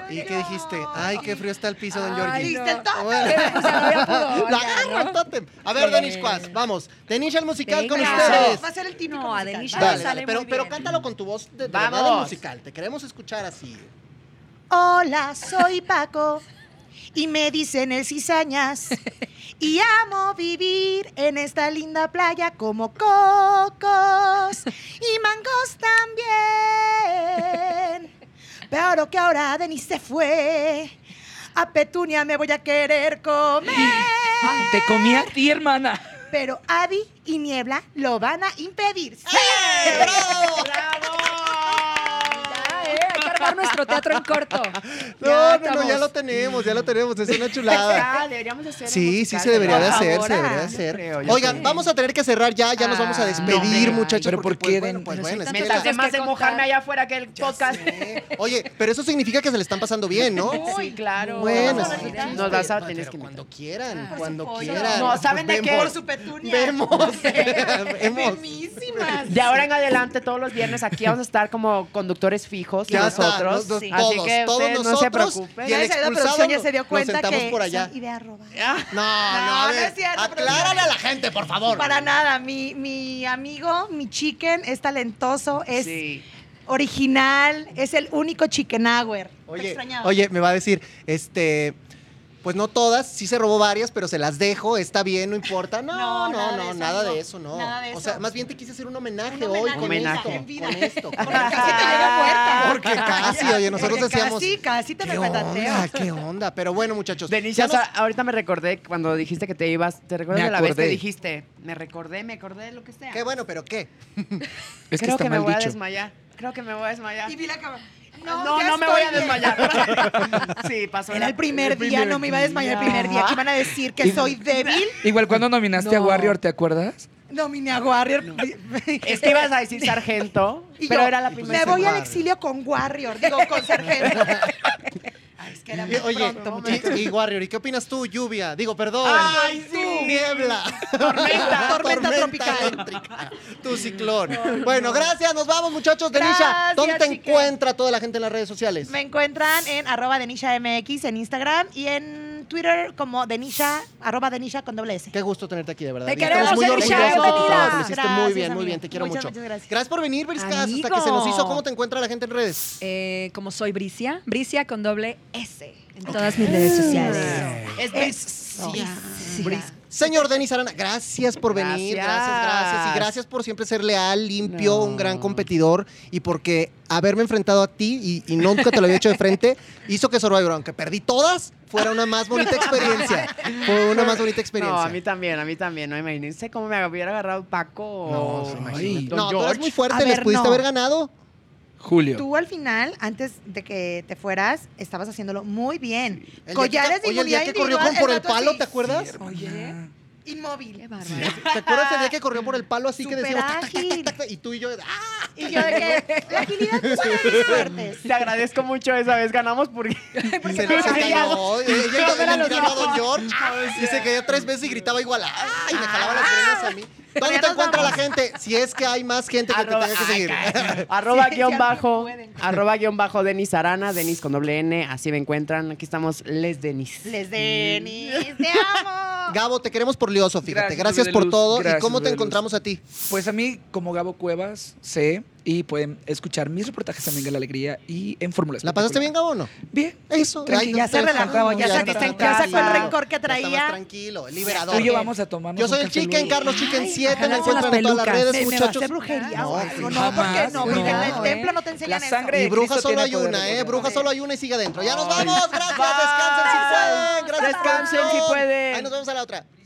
[SPEAKER 1] ¿Y qué dijiste? Ay, qué frío está el piso, Don
[SPEAKER 3] Ay,
[SPEAKER 1] George.
[SPEAKER 3] no.
[SPEAKER 2] ¿Viste el tótem?
[SPEAKER 3] [LAUGHS] Pero, o sea, no había
[SPEAKER 1] [LAUGHS]
[SPEAKER 3] pudo,
[SPEAKER 1] La
[SPEAKER 3] o sea,
[SPEAKER 1] agarra
[SPEAKER 3] ¿no?
[SPEAKER 1] el tótem. A ver,
[SPEAKER 3] Bien.
[SPEAKER 1] Denis Quas, vamos. Denis el musical con
[SPEAKER 3] Venga.
[SPEAKER 1] ustedes.
[SPEAKER 2] Va a ser el típico
[SPEAKER 3] No,
[SPEAKER 2] musical.
[SPEAKER 3] Adenisha
[SPEAKER 1] Dale,
[SPEAKER 3] sale
[SPEAKER 1] dale,
[SPEAKER 3] muy
[SPEAKER 1] pero,
[SPEAKER 3] bien.
[SPEAKER 1] pero cántalo con tu voz de, de
[SPEAKER 5] Vamos.
[SPEAKER 1] verdad de musical. Te queremos escuchar así.
[SPEAKER 2] Hola, soy Paco y me dicen el cizañas y amo vivir en esta linda playa como cocos y mangos también. Pero que ahora Denis se fue, a Petunia me voy a querer comer.
[SPEAKER 6] Te comí a ti, hermana.
[SPEAKER 2] Pero Adi y Niebla lo van a impedir.
[SPEAKER 3] Ya, eh, hay que armar nuestro teatro en corto.
[SPEAKER 1] [LAUGHS] No,
[SPEAKER 3] Ya
[SPEAKER 1] no, no, ya
[SPEAKER 3] estamos.
[SPEAKER 1] lo tenemos, ya lo tenemos. Es una
[SPEAKER 5] [LAUGHS]
[SPEAKER 1] chulada.
[SPEAKER 5] Ah, deberíamos hacer
[SPEAKER 1] Sí, sí se debería de
[SPEAKER 2] por
[SPEAKER 1] hacer,
[SPEAKER 2] favor,
[SPEAKER 1] se
[SPEAKER 2] ah,
[SPEAKER 1] debería de
[SPEAKER 2] yo
[SPEAKER 1] hacer.
[SPEAKER 5] creo, yo
[SPEAKER 1] Oigan,
[SPEAKER 5] creo.
[SPEAKER 1] vamos a tener que cerrar ya, ya nos vamos a
[SPEAKER 3] Ah,
[SPEAKER 1] despedir,
[SPEAKER 5] no, hombre.
[SPEAKER 1] muchachos.
[SPEAKER 6] Pero
[SPEAKER 1] porque,
[SPEAKER 6] ¿por qué,
[SPEAKER 1] pues, bueno,
[SPEAKER 6] Den?
[SPEAKER 1] pues
[SPEAKER 6] No
[SPEAKER 1] bueno, es
[SPEAKER 5] Me
[SPEAKER 1] que
[SPEAKER 3] estás
[SPEAKER 1] la-
[SPEAKER 5] tarde más
[SPEAKER 3] que
[SPEAKER 5] en
[SPEAKER 3] cortar.
[SPEAKER 5] mojarme allá afuera que el podcast.
[SPEAKER 1] Eh, Oye, pero eso significa que se le están pasando bien, ¿no?
[SPEAKER 5] Sí, claro.
[SPEAKER 1] Bueno,
[SPEAKER 2] Vamos a
[SPEAKER 1] sí.
[SPEAKER 2] bailar.
[SPEAKER 5] Nos vas a este.
[SPEAKER 1] Pero
[SPEAKER 5] tener que
[SPEAKER 1] cuando quieran,
[SPEAKER 3] Ah,
[SPEAKER 1] cuando
[SPEAKER 3] por supuesto.
[SPEAKER 1] quieran.
[SPEAKER 5] No, ¿saben de qué?
[SPEAKER 1] vemos.
[SPEAKER 5] Por
[SPEAKER 2] su Petunia.
[SPEAKER 1] Vemos. [LAUGHS] vemos.
[SPEAKER 2] Buenísimas.
[SPEAKER 5] De ahora en adelante, todos los viernes aquí vamos a estar como conductores fijos.
[SPEAKER 1] Ya
[SPEAKER 5] nosotros. nosotros.
[SPEAKER 1] nos-
[SPEAKER 2] sí.
[SPEAKER 5] Así
[SPEAKER 1] todos,
[SPEAKER 5] que
[SPEAKER 1] todos
[SPEAKER 5] ustedes no se
[SPEAKER 1] nosotros.
[SPEAKER 5] preocupen.
[SPEAKER 1] y el Ah,
[SPEAKER 2] Ya se- la producción ya
[SPEAKER 1] expulsado
[SPEAKER 2] se dio
[SPEAKER 1] nos
[SPEAKER 2] cuenta
[SPEAKER 1] sentamos
[SPEAKER 2] que
[SPEAKER 1] por allá.
[SPEAKER 2] y ve a robar.
[SPEAKER 1] No, no,
[SPEAKER 2] No,
[SPEAKER 1] a
[SPEAKER 2] no
[SPEAKER 1] ver,
[SPEAKER 2] es cierto,
[SPEAKER 1] aclárale
[SPEAKER 2] producción.
[SPEAKER 1] a la gente, por favor.
[SPEAKER 2] Para nada, mi, mi amigo, mi chicken, es talentoso, es
[SPEAKER 5] Sí.
[SPEAKER 2] original, es el único chickenauer. Te
[SPEAKER 1] Oye,
[SPEAKER 2] extrañaba.
[SPEAKER 1] oye, me va a decir, este, pues no todas, sí se robó varias, pero se las dejo, está bien, no importa. No,
[SPEAKER 2] No,
[SPEAKER 1] no,
[SPEAKER 2] nada de
[SPEAKER 1] no,
[SPEAKER 2] eso,
[SPEAKER 1] nada
[SPEAKER 2] amigo.
[SPEAKER 1] de eso, no.
[SPEAKER 2] Nada de
[SPEAKER 1] O sea,
[SPEAKER 2] eso.
[SPEAKER 1] más bien te quise hacer un homenaje,
[SPEAKER 2] Un homenaje,
[SPEAKER 1] hoy
[SPEAKER 5] Homenaje.
[SPEAKER 1] con
[SPEAKER 2] en vida.
[SPEAKER 1] esto, con esto.
[SPEAKER 2] [LAUGHS]
[SPEAKER 1] con
[SPEAKER 2] Porque
[SPEAKER 1] esto.
[SPEAKER 2] casi te llegué muerta.
[SPEAKER 1] Porque casi, oye, nosotros
[SPEAKER 2] Porque
[SPEAKER 1] decíamos.
[SPEAKER 2] Casi, casi te
[SPEAKER 1] ¿Qué onda?
[SPEAKER 2] repetateo.
[SPEAKER 1] ¿Qué onda? Pero bueno, muchachos.
[SPEAKER 5] Denise,
[SPEAKER 1] ya
[SPEAKER 5] o sea,
[SPEAKER 1] nos-
[SPEAKER 5] ahorita me recordé cuando dijiste que te ibas. ¿Te recuerdas
[SPEAKER 6] Me
[SPEAKER 5] de la vez que
[SPEAKER 6] acordé.
[SPEAKER 5] dijiste? Me recordé, me acordé, lo que sea.
[SPEAKER 1] Qué bueno, pero ¿qué?
[SPEAKER 6] Es que
[SPEAKER 5] Creo
[SPEAKER 6] está
[SPEAKER 5] que, me
[SPEAKER 6] mal
[SPEAKER 5] voy a
[SPEAKER 6] dicho.
[SPEAKER 5] desmayar. Creo que me voy a desmayar.
[SPEAKER 2] Y vi la cámara.
[SPEAKER 5] No,
[SPEAKER 2] No,
[SPEAKER 5] no,
[SPEAKER 2] ya
[SPEAKER 5] me
[SPEAKER 2] estoy
[SPEAKER 5] voy a
[SPEAKER 2] bien.
[SPEAKER 5] desmayar. [LAUGHS] sí, pasó.
[SPEAKER 2] Era el primer día, no me iba a desmayar el
[SPEAKER 5] día.
[SPEAKER 2] primer día. que van a decir? ¿Que soy débil?
[SPEAKER 6] Igual cuando nominaste a
[SPEAKER 5] No.
[SPEAKER 6] Warrior, ¿te acuerdas?
[SPEAKER 2] Dominé a Warrior.
[SPEAKER 5] Es que ibas a decir sargento,
[SPEAKER 2] [LAUGHS] Y
[SPEAKER 5] pero
[SPEAKER 2] yo,
[SPEAKER 5] era la
[SPEAKER 1] pues,
[SPEAKER 2] Me
[SPEAKER 5] primera.
[SPEAKER 2] voy al
[SPEAKER 1] Warrior.
[SPEAKER 2] exilio con Warrior, digo, con Sargento.
[SPEAKER 1] [LAUGHS]
[SPEAKER 2] Ay, es que era muy
[SPEAKER 1] Y- Oye,
[SPEAKER 2] pronto,
[SPEAKER 1] y-
[SPEAKER 2] muchachos.
[SPEAKER 1] y, Warrior, ¿y qué opinas tú? Lluvia, digo, perdón.
[SPEAKER 5] Ay, sí.
[SPEAKER 1] Niebla. [LAUGHS]
[SPEAKER 5] Tormenta.
[SPEAKER 2] Tormenta tropical.
[SPEAKER 1] eléctrica. Tu ciclón. Bueno, gracias, nos vamos, muchachos. Denisha,
[SPEAKER 2] Gracias,
[SPEAKER 1] ¿dónde te
[SPEAKER 2] chicas.
[SPEAKER 1] encuentra toda la gente en las redes sociales?
[SPEAKER 2] Me encuentran en arroba Denisha MX en Instagram y en Twitter como Denisha, arroba Denisha con doble S.
[SPEAKER 1] Qué gusto tenerte aquí, de verdad.
[SPEAKER 5] Te
[SPEAKER 1] Y estamos
[SPEAKER 5] queremos,
[SPEAKER 1] muy
[SPEAKER 5] Denisha,
[SPEAKER 1] orgullosos de tu
[SPEAKER 5] bienvenida.
[SPEAKER 1] trabajo. Lo hiciste muy
[SPEAKER 2] Gracias,
[SPEAKER 1] bien, muy
[SPEAKER 2] amigo.
[SPEAKER 1] bien. Te quiero
[SPEAKER 2] Muchas,
[SPEAKER 1] mucho.
[SPEAKER 2] muchas gracias.
[SPEAKER 1] por venir, Brisca, hasta que
[SPEAKER 3] Amigo.
[SPEAKER 1] se nos hizo. ¿Cómo te encuentra la gente en redes?
[SPEAKER 3] Eh, como soy Bricia, Bricia con doble S en todas mis redes sociales.
[SPEAKER 5] Es
[SPEAKER 3] Bricia.
[SPEAKER 1] Señor Denis Arana, gracias por venir.
[SPEAKER 5] Gracias.
[SPEAKER 1] Gracias, gracias. Y gracias por siempre ser leal, limpio,
[SPEAKER 5] No.
[SPEAKER 1] un gran competidor. Y porque haberme enfrentado a ti y, y nunca te lo había hecho de frente, hizo que Survivor, aunque perdí todas, fuera una más bonita experiencia. Fue una más bonita experiencia.
[SPEAKER 5] No, a mí también, a mí también. No imagínense cómo me hubiera agarrado Paco
[SPEAKER 1] No,
[SPEAKER 5] o
[SPEAKER 1] sí,
[SPEAKER 6] imagínate.
[SPEAKER 5] Don
[SPEAKER 1] No, tú eres
[SPEAKER 5] George.
[SPEAKER 1] muy fuerte,
[SPEAKER 2] A
[SPEAKER 1] les
[SPEAKER 2] ver,
[SPEAKER 1] pudiste
[SPEAKER 2] no.
[SPEAKER 1] haber ganado.
[SPEAKER 6] Julio.
[SPEAKER 2] Tú al final, antes de que te fueras, estabas haciéndolo muy bien.
[SPEAKER 1] El día
[SPEAKER 2] Collares
[SPEAKER 1] que- oye,
[SPEAKER 2] de
[SPEAKER 1] el
[SPEAKER 2] inmunidad
[SPEAKER 1] día que corrió
[SPEAKER 2] individual,
[SPEAKER 1] con- por el
[SPEAKER 2] vato
[SPEAKER 1] palo,
[SPEAKER 2] así,
[SPEAKER 1] ¿te acuerdas?
[SPEAKER 2] Oye,
[SPEAKER 6] Ah.
[SPEAKER 3] Qué
[SPEAKER 2] inmóvil.
[SPEAKER 3] bárbaro.
[SPEAKER 1] ¿Te acuerdas el día que corrió por el palo así que
[SPEAKER 2] Súper
[SPEAKER 1] decíamos tac, tac, tac,
[SPEAKER 2] ágil.
[SPEAKER 1] tac, tac, y tú y yo, ¡ah!
[SPEAKER 2] Y yo de que la agilidad es una de mis fuertes.
[SPEAKER 5] Te agradezco mucho esa vez, ganamos porque...
[SPEAKER 1] Y se,
[SPEAKER 5] no
[SPEAKER 1] se
[SPEAKER 5] sabía.
[SPEAKER 1] cayó. Ella- ella
[SPEAKER 5] No, eran
[SPEAKER 1] también
[SPEAKER 5] los
[SPEAKER 1] miraba a Don George y se cayó tres veces y gritaba igual, ¡ah! Y me jalaba las greñas a mí. ¿Dónde te
[SPEAKER 2] Ya nos
[SPEAKER 1] encuentra la
[SPEAKER 2] vamos.
[SPEAKER 1] gente? Si es que hay más gente que
[SPEAKER 5] Arroba-
[SPEAKER 1] te tenga que
[SPEAKER 5] Ah, Ay,
[SPEAKER 1] seguir.
[SPEAKER 5] cállate. Arroba
[SPEAKER 2] Sí,
[SPEAKER 5] guión
[SPEAKER 2] ya no
[SPEAKER 5] bajo,
[SPEAKER 2] pueden.
[SPEAKER 5] arroba guión bajo Denis Arana, Denis con doble N, así me encuentran. Aquí estamos, Les Denis.
[SPEAKER 2] Les Denis, te
[SPEAKER 1] [LAUGHS] [LAUGHS]
[SPEAKER 2] amo.
[SPEAKER 1] Gabo, te queremos por lioso, fíjate.
[SPEAKER 6] Gracias,
[SPEAKER 1] Gracias,
[SPEAKER 6] Luz de
[SPEAKER 1] por
[SPEAKER 6] Luz.
[SPEAKER 1] todo. ¿Y
[SPEAKER 6] Gracias,
[SPEAKER 1] cómo
[SPEAKER 6] Luz
[SPEAKER 1] te
[SPEAKER 6] de Luz.
[SPEAKER 1] encontramos a ti?
[SPEAKER 6] Pues a mí, como Gabo Cuevas, sé y pueden escuchar mis reportajes también en La Alegría y en Fórmula
[SPEAKER 1] ¿La pasaste bien, Gabo, o no?
[SPEAKER 6] Bien.
[SPEAKER 1] Eso.
[SPEAKER 6] Tranquilo.
[SPEAKER 1] Ay,
[SPEAKER 2] Ya se
[SPEAKER 1] ustedes
[SPEAKER 2] relajó,
[SPEAKER 1] contaban,
[SPEAKER 2] ya
[SPEAKER 1] está
[SPEAKER 2] sacó
[SPEAKER 1] más
[SPEAKER 2] ya sacó el
[SPEAKER 1] tranquilo.
[SPEAKER 2] rencor que
[SPEAKER 1] Ya está más
[SPEAKER 2] traía.
[SPEAKER 1] tranquilo, el
[SPEAKER 6] Tú
[SPEAKER 1] liberador.
[SPEAKER 6] y yo vamos a tomarnos
[SPEAKER 1] Yo soy
[SPEAKER 6] un
[SPEAKER 1] el
[SPEAKER 6] café
[SPEAKER 1] Chicken,
[SPEAKER 6] luego.
[SPEAKER 1] Carlos Chicken 7, me
[SPEAKER 3] ojalá con las
[SPEAKER 1] encuentran en todas las
[SPEAKER 3] pelucas.
[SPEAKER 1] redes,
[SPEAKER 2] Me- me va a
[SPEAKER 1] muchachos.
[SPEAKER 2] hacer brujería
[SPEAKER 1] No,
[SPEAKER 2] o algo,
[SPEAKER 1] sí,
[SPEAKER 2] no, porque
[SPEAKER 6] jamás,
[SPEAKER 2] no, porque en el
[SPEAKER 6] no,
[SPEAKER 2] templo
[SPEAKER 6] eh.
[SPEAKER 2] no te enseñan
[SPEAKER 6] La
[SPEAKER 2] eso.
[SPEAKER 6] sangre
[SPEAKER 1] Y
[SPEAKER 6] de
[SPEAKER 1] bruja
[SPEAKER 6] Cristo
[SPEAKER 1] solo hay
[SPEAKER 6] tiene poder
[SPEAKER 1] una,
[SPEAKER 6] de
[SPEAKER 1] ¿eh?
[SPEAKER 6] verdad.
[SPEAKER 1] Bruja solo hay una y sigue adentro. Ya nos
[SPEAKER 5] Ay.
[SPEAKER 1] vamos. Gracias.
[SPEAKER 5] Bye.
[SPEAKER 1] Descansen si pueden. Gracias.
[SPEAKER 5] Descansen si
[SPEAKER 1] producción.
[SPEAKER 5] pueden.
[SPEAKER 1] Ahí nos vemos a la otra.